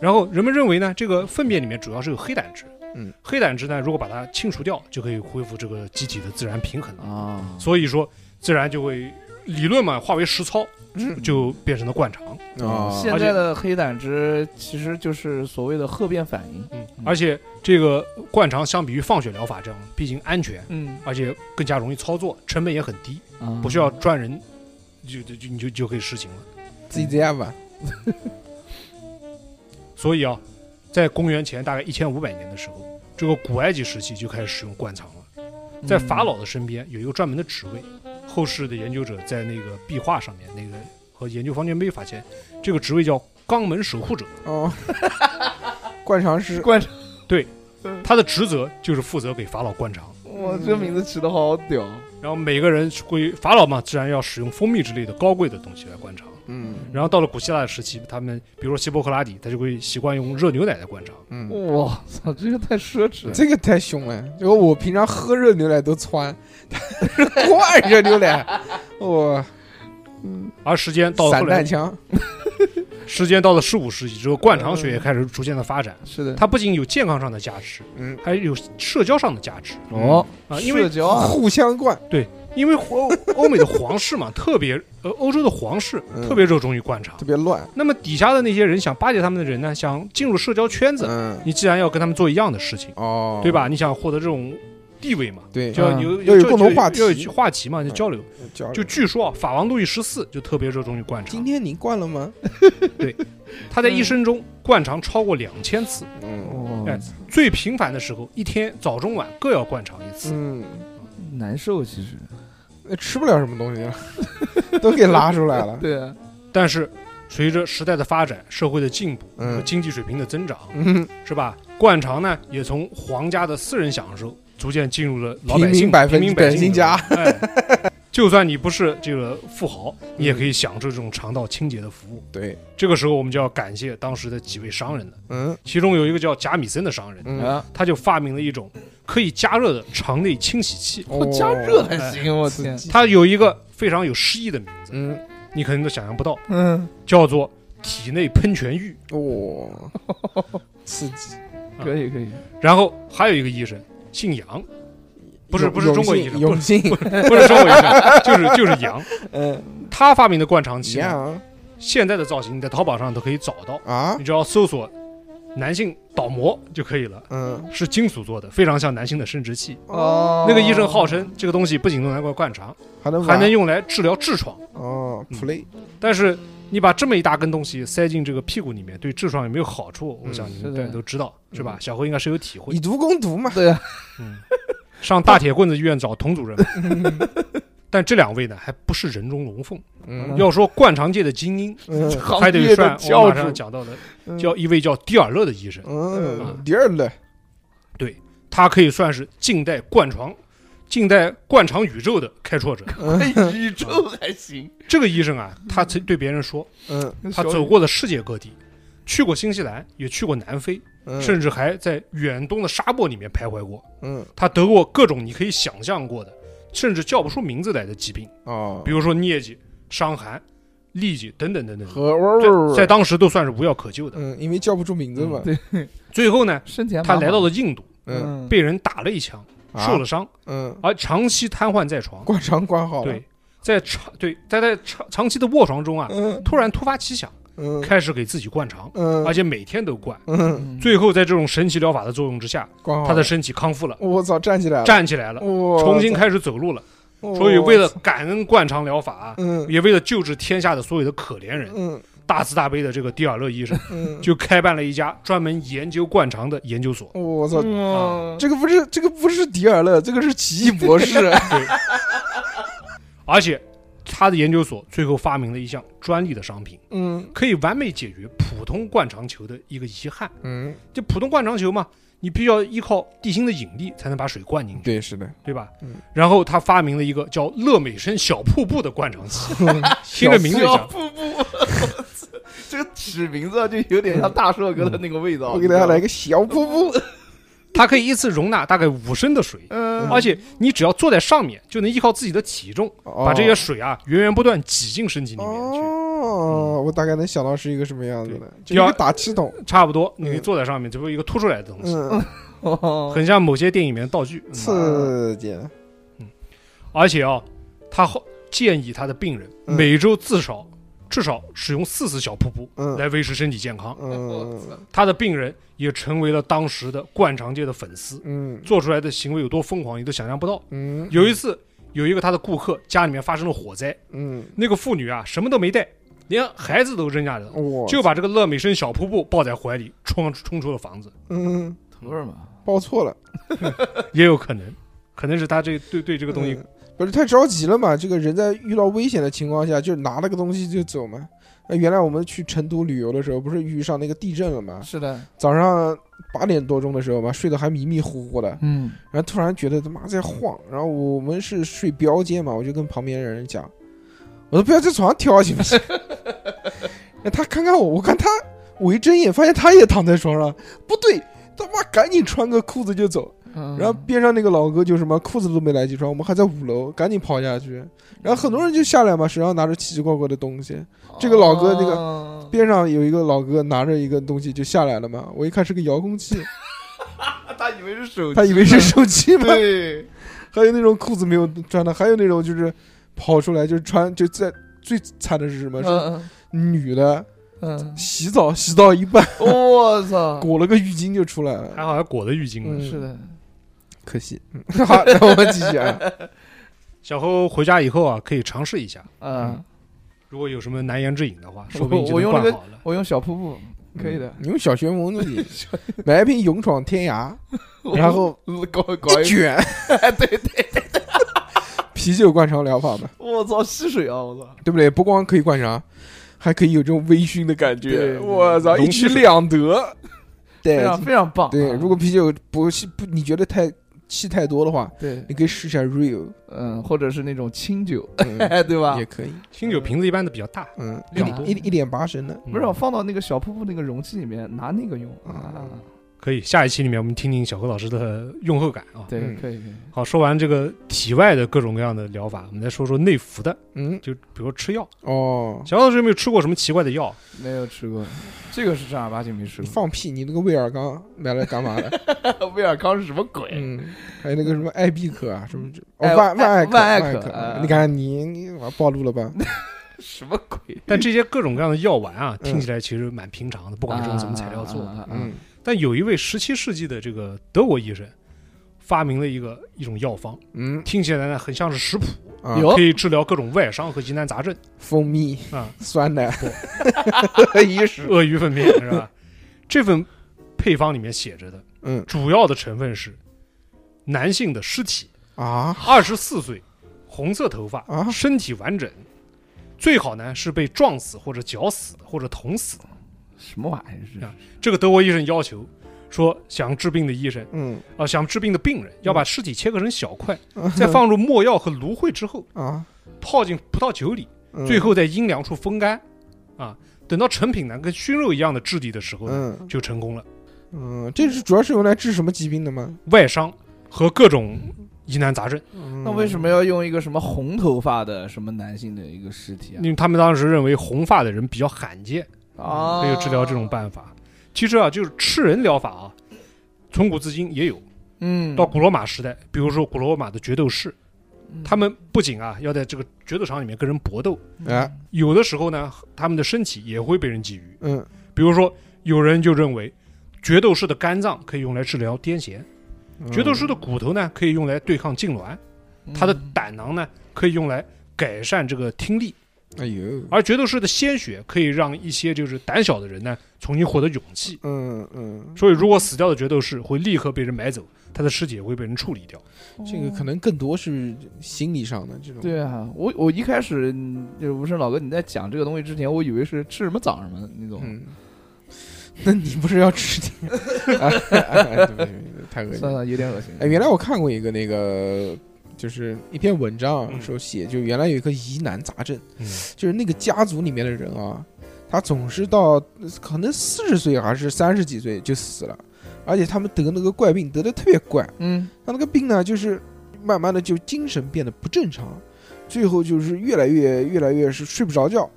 C: 然后人们认为呢，这个粪便里面主要是有黑胆汁，
D: 嗯，
C: 黑胆汁呢，如果把它清除掉，就可以恢复这个机体的自然平衡了。
B: 啊，
C: 所以说，自然就会理论嘛，化为实操，
D: 嗯
C: 就变成了灌肠。
D: 啊，
B: 嗯现在的黑胆汁其实就是所谓的褐变反应，
C: 嗯，而且这个灌肠相比于放血疗法这样，毕竟安全，
B: 嗯，
C: 而且更加容易操作，成本也很低，
B: 啊
C: 不需要专人，就就就你就就可以实行了。
D: 自己在家玩。
C: 所以啊，在公元前大概一千五百年的时候，这个古埃及时期就开始使用灌肠了。
B: 嗯
C: 在法老的身边有一个专门的职位，后世的研究者在那个壁画上面那个和研究方尖碑发现，这个职位叫肛门守护者，
D: 哦，灌肠师，
B: 灌肠，
C: 他的职责就是负责给法老灌肠。
B: 哇，这名字起的好屌，
C: 然后每个人会法老嘛，自然要使用蜂蜜之类的高贵的东西来灌肠。
D: 嗯
C: 然后到了古希腊的时期，他们比如说希波克拉底，他就会习惯用热牛奶来灌肠。
D: 嗯，
B: 哇操，这个太奢侈了，
D: 这个太凶了。就我平常喝热牛奶都窜， 灌热牛奶，我
C: 而时间到了
D: 散
C: 后
D: 弹
C: 来，
D: 枪。
C: 时间到了十五世纪之后，灌肠学
D: 嗯
C: 也开始逐渐的发展。
B: 是的，
C: 它不仅有健康上的价值，
D: 嗯，
C: 还有社交上的价值
B: 哦，
C: 啊，因为
B: 社交啊
D: 互相灌。
C: 因为欧欧美的皇室嘛，特别呃欧洲的皇室
D: 嗯
C: 特别热衷于观察。
D: 特别乱，
C: 那么底下的那些人想巴结他们的人呢，想进入社交圈子，
D: 嗯，
C: 你既然要跟他们做一样的事情，
D: 哦，
C: 对吧？你想获得这种地位嘛，
D: 对？
C: 就
D: 对，
C: 要
B: 嗯
C: 有
D: 要有
C: 就
D: 共同话
C: 就要
D: 题嗯
C: 有话题嘛，就交流。
D: 交流
C: 就据说啊，法王路易十四就特别热衷于灌
D: 今
C: 肠，
D: 天嗯你灌了吗？
C: 他在一生中灌肠超过两千次，
D: 嗯
B: 哦
C: 哎最频繁的时候一天早中晚各要灌肠一次。
D: 嗯，
B: 难受其实。
D: 那吃不了什么东西了，都给拉出 来了。
B: 对啊，
C: 但是随着时代的发展、社会的进步和
D: 嗯
C: 经济水平的增长，
D: 嗯，
C: 是吧？灌肠呢，也从皇家的私人享受逐渐进入了老百
D: 平民
C: 姓、
D: 百分
C: 平民百
D: 百姓家。
C: 哎， 就算你不是这个富豪，你也
D: 嗯
C: 可以享受这种肠道清洁的服务。
D: 对，
C: 这个时候，我们就要感谢当时的几位商人了，
D: 嗯
C: 其中有一个叫贾米森的商人，
D: 嗯，
B: 啊，
C: 他就发明了一种可以加热的肠内清洗器。
D: 哦
B: 我加热还
C: 哎
B: 行，我
D: 刺
B: 天，
D: 激，
C: 它有一个非常有诗意的名字，
D: 嗯，
C: 你可能都想象不到，
B: 嗯，
C: 叫做“体内喷泉浴
D: 嗯 哇，刺激，
C: 啊
B: 可以可以，”。
C: 然后还有一个医生姓杨，不是
D: 永
C: 不是中国医生
D: 永信，永信
C: 不是中国医生，就是就是杨，
D: 嗯，
C: 他发明的灌肠器呢，
D: 样
C: 现在的造型你在淘宝上都可以找到，
D: 啊，
C: 你只要搜索“男性倒模”就可以了。
D: 嗯，
C: 是金属做的，非常像男性的生殖器。
B: 哦，
C: 那个医生号称这个东西不仅能拿过来灌肠，
D: 还能
C: 还能
D: 用
C: 用来治疗痔疮。
D: 哦
C: 嗯
D: ，play，
C: 但是你把这么一大根东西塞进这个屁股里面，对痔疮有没有好处？
D: 嗯
C: 我想你
B: 是
C: 们
B: 的
C: 大家都知道，是吧？小辉应该是有体会
D: 以。毒攻毒嘛，
B: 对啊，
C: 嗯，上大铁棍子医院找童主任。但这两位呢，还不是人中龙凤。
D: 嗯，
C: 要说灌肠界的精英，
D: 嗯
C: 还
B: 行
C: 得
B: 业
C: 算
B: 的
C: 我
B: 教
C: 马上
B: 主，
C: 讲到的，
D: 嗯
C: 叫一位叫蒂尔勒的医生，
D: 嗯
C: 啊，
D: 第二类，
C: 他可以算是近代灌肠、近代灌肠宇宙的开创者。
B: 宇宙还行，
C: 这个医生啊，他曾对别人说，
D: 嗯
C: 他走过了世界各地，去过新西兰，也去过南非，
D: 嗯，
C: 甚至还在远东的沙漠里面徘徊过。
D: 嗯
C: 他得过各种你可以想象过的，甚至叫不出名字来的疾病，
D: 哦
C: 比，如说疟疾、伤寒、痢疾等等等等，
D: 和喔喔
C: 这
D: 喔
C: 在当时都算是无药可救的。
D: 嗯，因为叫不出名字嘛
C: 嗯，最后呢，
B: 生前
C: 他来到了印度，
D: 嗯，
B: 嗯，
C: 被人打了一枪，
D: 啊
C: 受了，伤，
D: 嗯，
C: 而长期瘫痪在床。
D: 灌肠灌好了，
C: 对，在长对在在长长期的卧床中啊，
D: 嗯
C: 突然突发奇想，
D: 嗯
C: 开始给自己灌肠，
D: 嗯
C: 而且每天都灌。
D: 嗯，
C: 最后，在这种神奇疗法的作用之下，
D: 灌好
C: 他的
D: 了
C: 身体康复了，
D: 我操，站起来了，
C: 站起来了，
D: 我
C: 重新开始走路了。
D: 操，
C: 所以，为了
D: 我操
C: 感恩灌肠疗法啊，
D: 嗯
C: 也为了救治天下的所有的可怜人，
D: 嗯
C: 大慈大悲的这个蒂尔勒 医生
D: 嗯，
C: 就开办了一家专门研究灌肠的研究所。
D: 我操，
C: 啊
B: 嗯，
D: 这个不是这个不是迪尔勒，这个是奇异 博士，
C: 而且，他的研究所最后发明了一项专利的商品，
D: 嗯
C: 可以完美解决普通灌肠球的一个遗憾。
D: 嗯，
C: 就普通灌肠球嘛，你必须要依靠地心的引力才能把水灌进去，
D: 对，是的，
C: 对吧？
D: 嗯
C: 然后他发明了一个叫乐美生小瀑布的灌肠器， 听着名字就
B: 小
D: 哦
C: 像。
B: 瀑布， 这个取名字啊就有点像大硕哥的那个味道。
C: 哦嗯
D: 我给大家来个小瀑布，
C: 它可以一次容纳大概五升的水，
B: 嗯，
C: 而且你只要坐在上面，就能依靠自己的体重，
D: 把
C: 把这些水啊源源不断挤进身体里面去。嗯
D: 哦，我大概能想到是一个什么样子的，就
C: 第
D: 一
C: 二
D: 个打气筒，
C: 差不多，你可以坐在上面，这不是一个凸出来的东西，
D: 嗯，
B: 哦
C: 很像某些电影里面的道具。嗯
D: 刺激，
C: 而且啊，他后建议他的病人
D: 嗯
C: 每周至少至少使用四次小瀑布
D: 嗯
C: 来维持身体健康。
B: 我
D: 嗯
B: 操
C: 他的病人也成为了当时的灌肠界的粉丝，
D: 嗯
C: 做出来的行为有多疯狂，你都想象不到。
D: 嗯
C: 有一次，有一个他的顾客家里面发生了火灾，
D: 嗯，
C: 那个妇女啊什么都没带，连孩子都扔下来了，
D: 我
C: 就把这个乐美生小瀑布抱在怀里，冲冲出了房子，
D: 嗯
B: 土味嘛，
D: 报错了，
C: 也有可能，可能是他这对对这
D: 这
C: 个东
B: 嗯
C: 西。
D: 嗯不是太着急了嘛？这个人在遇到危险的情况下，就拿了个东西就走嘛。那原来我们去成都旅游的时候，不是遇上那个地震了嘛？
B: 是的，
D: 早上八点多钟的时候嘛，睡得还迷迷糊糊的，
B: 嗯，
D: 然后突然觉得他妈在晃，然后我们是睡标间嘛，我就跟旁边的人讲，我说不要在床上跳行不行？那 他看看我，我看他，我一睁眼发现他也躺在床上，不对，他妈赶紧穿个裤子就走，
B: 然
D: 然后边上那个老哥就什么裤子都没来及穿，我们还在五楼，赶紧跑下去，然后很多人就下来嘛，手上拿着奇奇怪怪的东西，这个老哥那个
B: 个
D: 边上有一个老哥拿着一个东西就下来了嘛，我一看是个遥控器，
B: 他以为是手机，
D: 他以为是手机嘛，
B: 对，
D: 还有那种裤子没有穿的，还有那种就是跑出来就是穿就在最惨的是什么？是
B: 嗯
D: 女的
B: 嗯，
D: 洗澡洗到一半
B: 我操，
D: 裹了个浴巾就出来了，
B: 啊
C: 还好还裹了浴巾呢。
D: 嗯
B: 是的，
D: 可惜。嗯 好，那我们继续啊。
C: 小侯回家以后啊，可以尝试一下，
B: 嗯，
C: 如果有什么难言之隐 的话，说不定
B: 我
C: 就
B: 我
C: 能
B: 用那个
C: 灌好了。
B: 我用小瀑布可以的
D: 嗯，你用小旋风那里买一瓶勇闯天涯，然后
B: 搞搞
D: 一
B: 一，
D: 卷
B: 对对，
D: 啤酒灌肠疗法嘛，
B: 我操，吸水啊，我操，
D: 对不对？不光可以灌肠，还可以有这种微醺的感觉。
B: 对
D: 我操，
C: 浓
D: 一举
C: 汁水
D: 两得。
B: 非
D: 对
B: 常非常棒啊，
D: 对，如果啤酒不气不，你觉得太气太多的话，
B: 对，
D: 你可以试一下 Rio，
B: 嗯，或者是那种清酒，
D: 嗯
B: 对吧
D: 也？可以。
C: 清酒瓶子一般的比较大，
D: 嗯，一
B: 两
D: 点
B: 多
D: 一一点八升的，
C: 嗯
B: 不是我放到那个小瀑布那个容器里面，拿那个用啊
D: 啊，
C: 可以。下一期里面我们听听小何老师的用后感啊。
B: 对，
D: 嗯
B: 可以可以，
C: 好，说完这个体外的各种各样的疗法，我们再说说内服的，
D: 嗯，
C: 就比如吃药。
D: 哦，
C: 小何老师有没有吃过什么奇怪的药？
B: 没有吃过，这个是正儿八经没吃
D: 你
B: 过。
D: 放屁！你那个威尔刚买来干嘛 的？
B: 威尔康是什么鬼？
D: 嗯，还有那个什么艾必可啊，什么这哦
B: 哎
D: 万万艾
B: 哎
D: 可
B: 万艾
D: 艾
B: 可
D: 可
B: 哎，
D: 你看你你我暴露了吧？
B: 什么鬼？
C: 但这些各种各样的药丸啊，
D: 嗯
C: 听起来其实蛮平常的，不管是用什么材料做的。
B: 啊，
D: 嗯，
C: 但有一位十七世纪的这个德国医生，发明了一个一种药方，
D: 嗯，
C: 听起来呢很像是食谱，
D: 啊
B: 有哦
C: 可以治疗各种外伤和疑难杂症，
D: 蜂蜜
C: 啊
D: 酸奶
C: 不
D: 一屎，
C: 鳄鱼粪便是吧？这份配方里面写着的
D: 嗯
C: 主要的成分是男性的尸体，
D: 啊
C: 二十四岁，红色头发，
D: 啊
C: 身体完整，最好呢是被撞死或者绞死或者捅死的。
B: 什么玩意儿？这是
C: 啊这个德国医生要求说，想治病的医生
D: 嗯，
C: 啊、想治病的病人要把尸体切割成小块，
D: 啊
C: 再放入墨药和芦荟之后，
D: 啊，
C: 泡进葡萄酒里，
D: 嗯
C: 最后在阴凉处风干，啊，等到成品呢跟熏肉一样的质地的时候呢，
D: 嗯
C: 就成功了。
D: 嗯，这是主要是用来治什么疾病的吗？
C: 外伤和各种疑难杂症，
D: 那
B: 那为什么要用一个什么红头发的什么男性的一个尸体啊
C: 因？为他们当时认为红发的人比较罕见，
B: 啊，
C: 所以就治疗这种，办法。其实啊，就是吃人疗法啊，从古至今也有。
B: 嗯，
C: 到古罗马时代，比如说古罗马的决斗士，他们不仅啊要在这个决斗场里面跟人搏斗，
D: 哎，
C: 有的时候呢，他们的身体也会被人觊觎。
D: 嗯
C: 比如说，有人就认为决斗士的肝脏可以用来治疗癫痫，
D: 嗯
C: 决斗士的骨头呢可以用来对抗痉挛，
B: 嗯
C: 他的胆囊呢可以用来改善这个听力，
D: 哎呦，
C: 而决斗士的鲜血可以让一些就是胆小的人呢重新获得勇气。
D: 嗯嗯，
C: 所以，如果死掉的决斗士会立刻被人买走，他的尸体也会被人处理掉。
D: 这个可能更多是心理上的这
B: 嗯
D: 种，
B: 对啊，我我一开始嗯就是无声老哥你在讲这个东西之前，我以为是吃什么长什么那种，
D: 嗯。那你不是要吃点？ 哎哎对对对太恶心
B: 算
D: 了！
B: 了，有点恶心。
D: 哎，原来我看过一个那个，就是一篇文章，
C: 嗯
D: 说写就原来有一个疑难杂症，
C: 嗯，
D: 就是那个家族里面的人啊，他总是到呃可能四十岁还是三十几岁就死了，而且他们得那个怪病得的特别怪，
B: 嗯，
D: 他那个病呢就是慢慢的就精神变得不正常，最后就是越来越越来越是睡不着觉，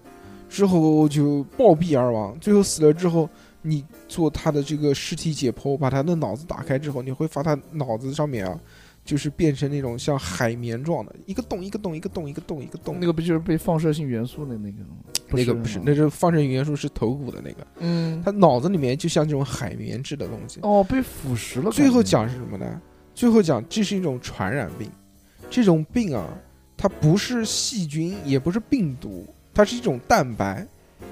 D: 之后就暴毙而亡，最后死了之后。你做他的这个尸体解剖，把他的脑子打开之后，你会发他脑子上面啊，就是变成那种像海绵状的，一个洞一个洞一个洞一个洞一个洞，
B: 那个不就是被放射性元素的那个吗？
D: 那个不是，
B: 吗
D: 那是放射性元素是头骨的那个，
B: 嗯，
D: 他脑子里面就像这种海绵质的东西。
B: 哦，被腐蚀了。
D: 啊最后
B: 感觉
D: 讲是什么呢？最后讲这是一种传染病，这种病啊，它不是细菌，也不是病毒，它是一种蛋白，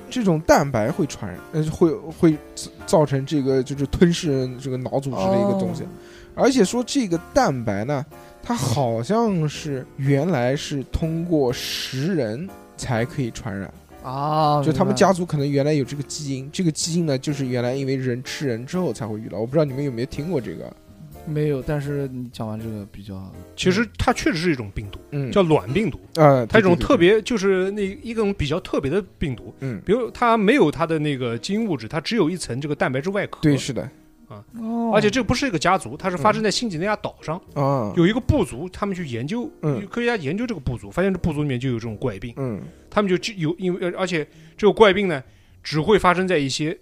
D: 这种蛋白会传染，呃，会会造造成这个就是吞噬人这个脑组织的一个东西。
B: 哦
D: 而且说这个蛋白呢，它好像是原来是通过食人才可以传染。
B: 啊，
D: 就他们
B: 明白
D: 家族可能原来有这个基因，这个基因呢，就是原来因为人吃人之后才会遇到。我不知道你们有没有听过这个，
B: 没有，但是你讲完这个比较
C: 其实它确实是一种病毒，
D: 嗯，
C: 叫卵病毒。
D: 呃，
C: 它
D: 对
C: 这种
D: 对对
C: 特别就是那一种比较特别的病毒，
D: 嗯，
C: 比如它没有它的那个基因物质，它只有一层这个蛋白质外壳。
D: 对，是的，
B: 哦
C: 而且这不是一个家族，它是发生在新几内亚岛上，
D: 啊，
C: 有一个部族，他们去研究，
D: 嗯
C: 有科学家研究这个部族，发现这部族里面就有这种怪病，
D: 嗯
C: 他们就就有因为而且这个怪病呢，只会发生在一些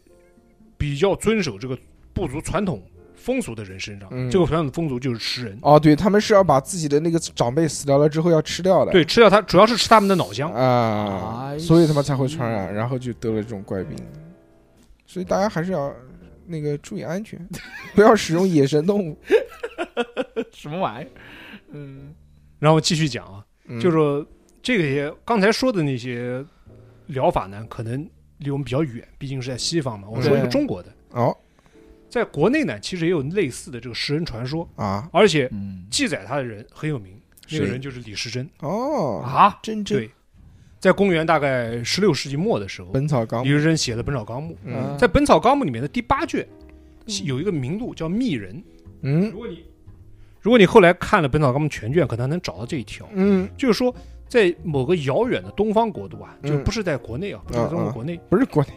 C: 比较遵守这个部族传统风俗的人身上。
D: 嗯
C: 这个传统的风俗就是吃人，
D: 哦，对，他们是要把自己的那个长辈死掉了之后要吃掉的，
C: 对，吃掉他主要是吃他们的脑浆。
D: 啊，
B: 哎
D: 所以他妈才会传染，然后就得了这种怪病。所以大家还是要那个注意安全， 不要使用野生动物。
B: 什么玩意儿？嗯，
C: 然后继续讲啊，
D: 嗯
C: 就是说这个些刚才说的那些疗法呢，可能离我们比较远，毕竟是在西方嘛。我说一个
B: 对
C: 中国的，
D: 哦
C: 在国内呢，其实也有类似的这个食人传说，
D: 啊
C: 而且
B: 嗯，
C: 记载他的人很有名，那个
D: 谁
C: 人就是李时珍
D: 哦，
C: 啊。
D: 真真《
C: 对，在公元大概十六世纪末的时候，
D: 本草纲
C: 李
D: 目》
C: 时珍写了《本草纲目》。
D: 嗯
C: 在《本草纲目》里面的第八卷，有一个名录叫“密人
D: 嗯”。
C: 如果你如果你后来看了《本草纲目》全卷，可能还能找到这一条，
D: 嗯，
C: 就是说，在某个遥远的东方国度啊，
D: 嗯
C: 就不是在国内啊，不是在中国国内，
D: 不是国内，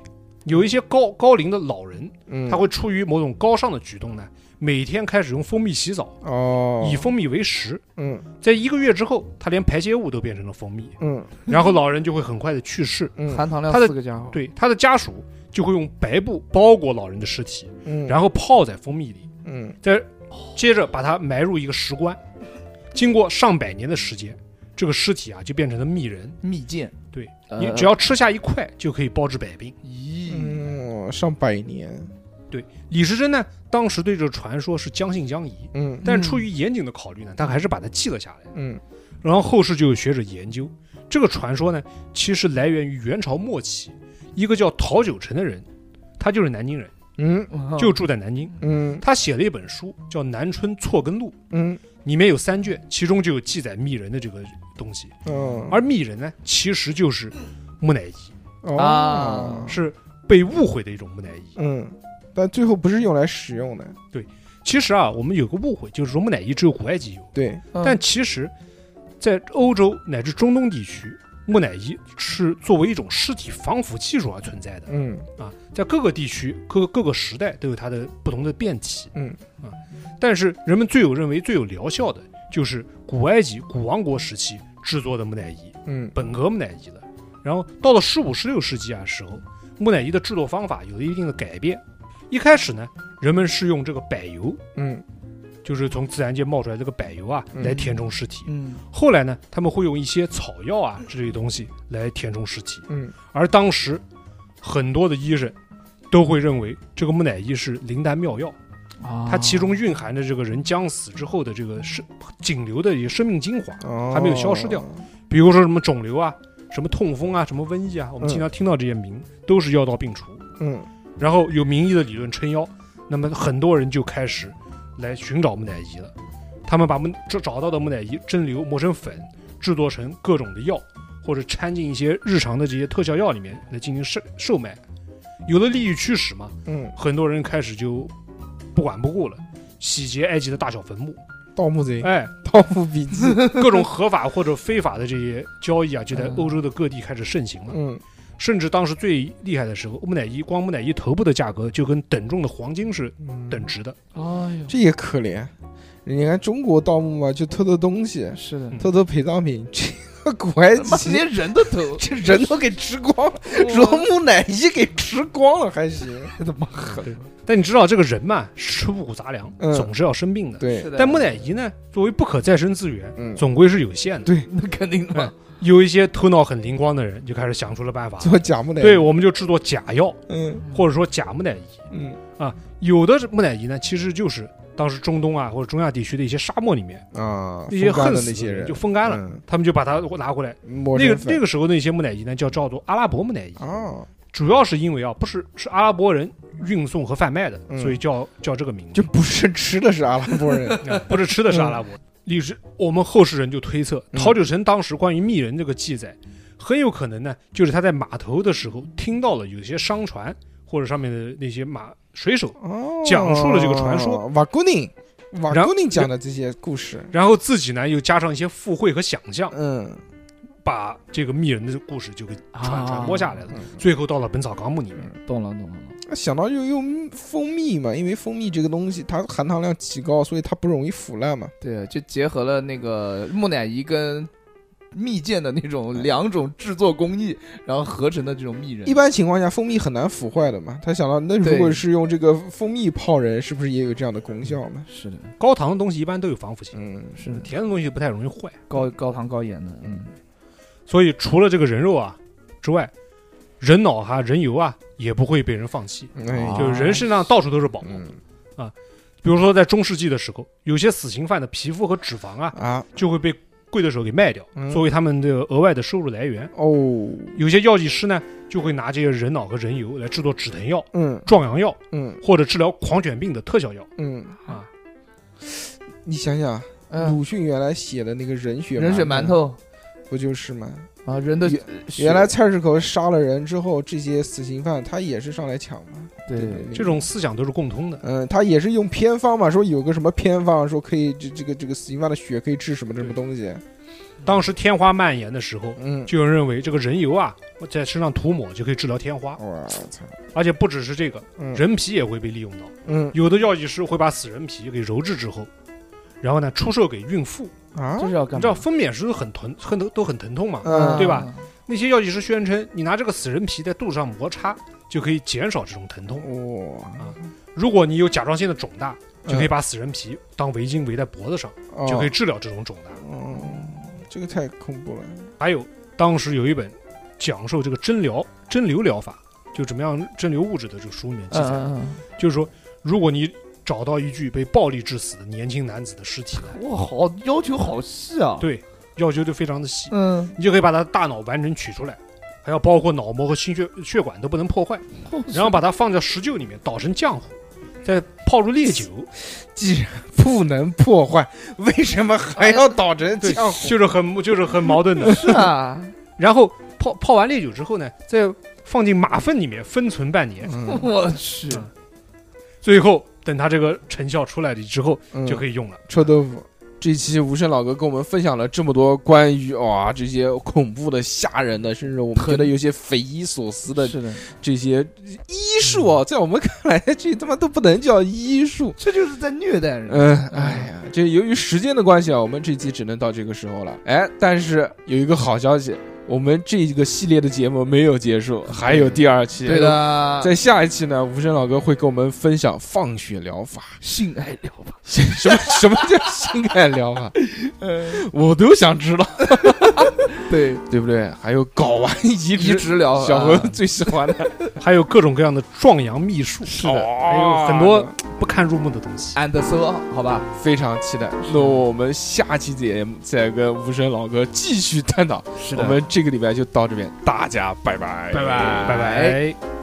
C: 有一些高高龄的老人，
D: 嗯，
C: 他会出于某种高尚的举动呢，每天开始用蜂蜜洗澡，
D: 哦，
C: 以蜂蜜为食。
D: 嗯
C: 在一个月之后，他连排泄物都变成了蜂 蜜，
D: 嗯
C: 然后老人就会很快的去世。
D: 嗯，
B: 含糖量
C: 他的
B: 四个家伙，
C: 对，他的家属就会用白布包裹老人的尸体，
D: 嗯，
C: 然后泡在蜂蜜里，
D: 嗯
C: 再接着把它埋入一个石棺。经过上百年的时间，这个尸体啊就变成了蜜人。
B: 蜜饯，
C: 对
B: 呃，
C: 你只要吃下一块就可以包治百病。
B: 咦，
D: 嗯，上百年，
C: 李时珍呢，当时对这个传说是将信将疑，
D: 嗯
C: 但出于严谨的考虑呢，他还是把它记了下来。
D: 嗯
C: 然后后世就有学者研究这个传说呢，其实来源于元朝末期，一个叫陶九成的人，他就是南京人，
D: 嗯
C: 就住在南京。
D: 嗯
C: 他写了一本书叫《南春错根录
D: 嗯》，
C: 里面有三卷，其中就有记载蜜人的这个东西。
D: 嗯，
C: 而蜜人呢，其实就是木乃伊，
D: 哦
B: 啊
C: 是被误会的一种木乃伊。
D: 嗯，但最后不是用来使用的，
C: 其实啊，我们有个误会，就是说木乃伊只有古埃及有，
D: 对，
B: 嗯
C: 但其实，在欧洲乃至中东地区，木乃伊是作为一种尸体防腐技术而存在的
D: 嗯
C: 啊，在各个地区、各各个时代都有它的不同的变体。
D: 嗯
C: 啊，但是人们最有认为最有疗效的就是古埃及古王国时期制作的木乃伊，
D: 嗯
C: 本格木乃伊的。然后到了十五、十六世纪啊时候，木乃伊的制作方法有了一定的改变。一开始呢，人们是用这个柏油，
D: 嗯
C: 就是从自然界冒出来这个柏油啊，
D: 嗯
C: 来填充尸体。
B: 嗯，
C: 后来呢，他们会用一些草药啊之类的东西来填充尸体，
D: 嗯
C: 而当时很多的医人都会认为这个木乃伊是灵丹妙药，
B: 啊
C: 它其中蕴含着这个人将死之后的这个生仅留的一个生命精华，
D: 哦，
C: 还没有消失掉，比如说什么肿瘤啊、什么痛风啊、什么瘟疫啊，我们
D: 嗯
C: 经常听到这些名都是药到病除。
D: 嗯
C: 然后有名医的理论撑腰，那么很多人就开始来寻找木乃伊了。他们把木这找到的木乃伊蒸馏磨成粉，制作成各种的药，或者掺进一些日常的这些特效药里面来进行售售卖。有了利益驱使嘛，
D: 嗯，
C: 很多人开始就不管不顾了，洗劫埃及的大小坟墓，
D: 盗墓贼，
C: 哎，
D: 盗墓笔记，
C: 各种合法或者非法的这些交易啊，就在
B: 嗯
C: 欧洲的各地开始盛行了。
D: 嗯
C: 甚至当时最厉害的时候，木乃伊光木乃伊头部的价格就跟等重的黄金是
D: 嗯，
C: 等值的。
B: 哎呦，
D: 这也可怜，你看中国盗墓嘛，就偷偷东西，
C: 嗯
B: 是的，
D: 偷偷陪葬品，这个古埃
B: 他妈
D: 及
B: 连人都偷，
D: 这人都给吃光了，说木乃伊给吃光了 还行，
B: 他妈狠，
C: 但你知道这个人嘛，吃五谷杂粮，
D: 嗯
C: 总是要生病的。
D: 对，
C: 但木乃伊呢，作为不可再生资源，
D: 嗯，
C: 总归是有限的。
D: 对
B: 那肯定
C: 嗯
B: 的，
C: 有一些头脑很灵光的人，就开始想出了办法。
D: 做假木乃伊，
C: 对，，我们就制作假药，
D: 嗯
C: 或者说假木乃伊。
D: 嗯
C: 有的木乃伊呢，其实就是当时中东啊或者中亚地区的一些沙漠里面
D: 啊，
C: 那些
D: 风干
C: 恨
D: 的
C: 死
D: 那些
C: 的
D: 人
C: 就风干了，
D: 嗯
C: 他们就把它拿回来。
D: 磨
C: 那
D: 成
C: 个
D: 粉
C: 那个时候那些木乃伊呢，叫叫做阿拉伯木乃伊，
D: 哦，
C: 主要是因为啊，不是是阿拉伯人运送和贩卖的，
D: 嗯
C: 所以叫叫这个名字。
D: 就不是吃的是阿拉伯人，
C: 啊不是吃的是阿拉伯。历史，我们后世人就推测，
D: 嗯
C: 陶九成当时关于密人这个记载，很有可能呢，就是他在码头的时候听到了有些商船或者上面的那些马水手，
D: 哦，
C: 讲述了这个传说。
D: 瓦古宁，瓦
C: 然
D: 古宁讲的这些故事，
C: 然后自己呢又加上一些附会和想象，
D: 嗯
C: 把这个密人的故事就给传
B: 啊
C: 传播下来了。
D: 嗯，
C: 最后到了《本草纲目》里面，
B: 懂了懂了，
D: 想到就用蜂蜜嘛，因为蜂蜜这个东西它含糖量极高，所以它不容易腐烂嘛。
B: 对，就结合了那个木乃伊跟蜜饯的那种两种制作工艺，然后合成的这种蜜仁
D: 一。般情况下，蜂蜜很难腐坏的嘛。他想到，那如果
B: 对
D: 是用这个蜂蜜泡人，是不是也有这样的功效呢？
B: 是的，
C: 高糖的东西一般都有防腐性，
D: 嗯，
B: 是的，
C: 甜的东西不太容易坏。
B: 高高糖高盐的，嗯，
C: 所以除了这个人肉啊之外，人脑啊、人油啊也不会被人放弃。
D: 哎，
C: 就是人身上到处都是宝物，
D: 嗯
C: 比如说在中世纪的时候，有些死刑犯的皮肤和脂肪啊
D: 啊，
C: 就会被刽的手给卖掉
D: 嗯，
C: 作为他们的额外的收入来源。
D: 哦，
C: 有些药剂师呢就会拿这些人脑和人油来制作止疼药、
D: 嗯
C: 壮阳药
D: 嗯
C: 或者治疗狂犬病的特效药
D: 嗯
C: 啊。
D: 你想想，
B: 嗯，
D: 鲁迅原来写的那个人
C: 嗯
D: 血
B: 人血馒头
D: 不就是吗？
B: 啊，人的血
D: 原来菜市口杀了人之后，这些死刑犯他也是上来抢嘛。
B: 对
C: 这种思想都是共通的。
D: 嗯，他也是用偏方嘛，说有个什么偏方，说可以这这个这个死刑犯的血可以治什么什么东西。
C: 当时天花蔓延的时候，
D: 嗯，
C: 就有人认为这个人油啊在身上涂抹就可以治疗天花，
D: 我操，
C: 而且不只是这个，
D: 嗯
C: 人皮也会被利用到。
D: 嗯
C: 有的药剂师会把死人皮给揉制之后，然后呢出售给孕妇。
D: 啊
B: 这，是要干
C: 你
B: 嘛？
C: 知道分娩时候很疼，很都都很疼痛嘛。
D: 嗯
C: 对吧？那些药剂师宣称，你拿这个死人皮在肚子上摩擦，就可以减少这种疼痛。
D: 哇，
C: 如果你有甲状腺的肿大，
D: 嗯
C: 就可以把死人皮当围巾围在脖子上，
D: 哦
C: 就可以治疗这种肿大。
D: 嗯，这个太恐怖了。
C: 还有，当时有一本讲授这个蒸疗、蒸馏疗法，就怎么样蒸馏物质的这个书里面记
B: 嗯
C: 载，
B: 嗯
C: 就是说，如果你找到一具被暴力致死的年轻男子的尸体来，
B: 嗯，哇，好要求好细啊。
C: 对要求就非常的细，
B: 嗯，
C: 你就可以把他的大脑完整取出来，还要包括脑膜和心血血管都不能破坏。然后把它放在石臼里面捣成浆糊，再泡入烈酒，
D: 既然不能破坏，为什么还要捣成
C: 对
D: 浆糊？，
C: 就是很就是很矛盾 的。
B: 是啊，
C: 然后泡泡完烈酒之后呢，再放进马粪里面封存半年，
D: 嗯
B: 我去，
C: 最后等它这个成效出来了之后
D: 嗯
C: 就可以用了。
D: 臭豆腐，
A: 这期无声老哥跟我们分享了这么多关于哇这些恐怖的、吓人的，甚至我们觉得有些匪夷所思的
B: 是的，嗯
A: 这些医术啊，在我们看来，这他妈都不能叫医术。
B: 这就是在虐待人。
A: 嗯，哎呀，这由于时间的关系啊，我们这期只能到这个时候了。哎，但是有一个好消息，我们这个系列的节目没有结束，还有第二期。
B: 对，的，
A: 在下一期呢，无声老哥会跟我们分享放血疗 法，
B: 性爱疗法，
A: 什么什么叫性爱疗法，
B: 嗯，
A: 我都想知道。
B: 对，
A: 对不对？还有睾丸移
B: 移
A: 植，
B: 植疗
C: 哦
B: 法，
A: 小何
C: 啊
D: 啊
A: 最喜欢的，哦
C: 还有各种各样的壮阳秘术，是还有很多
D: 哦
C: 不堪入目的东西。
B: and so 好吧，
A: 非常期待。
C: 嗯
A: 那我们下期节目再跟无声老哥继续探讨。
B: 是
A: 我们这个礼拜就到这边，大家拜拜，
C: 拜拜。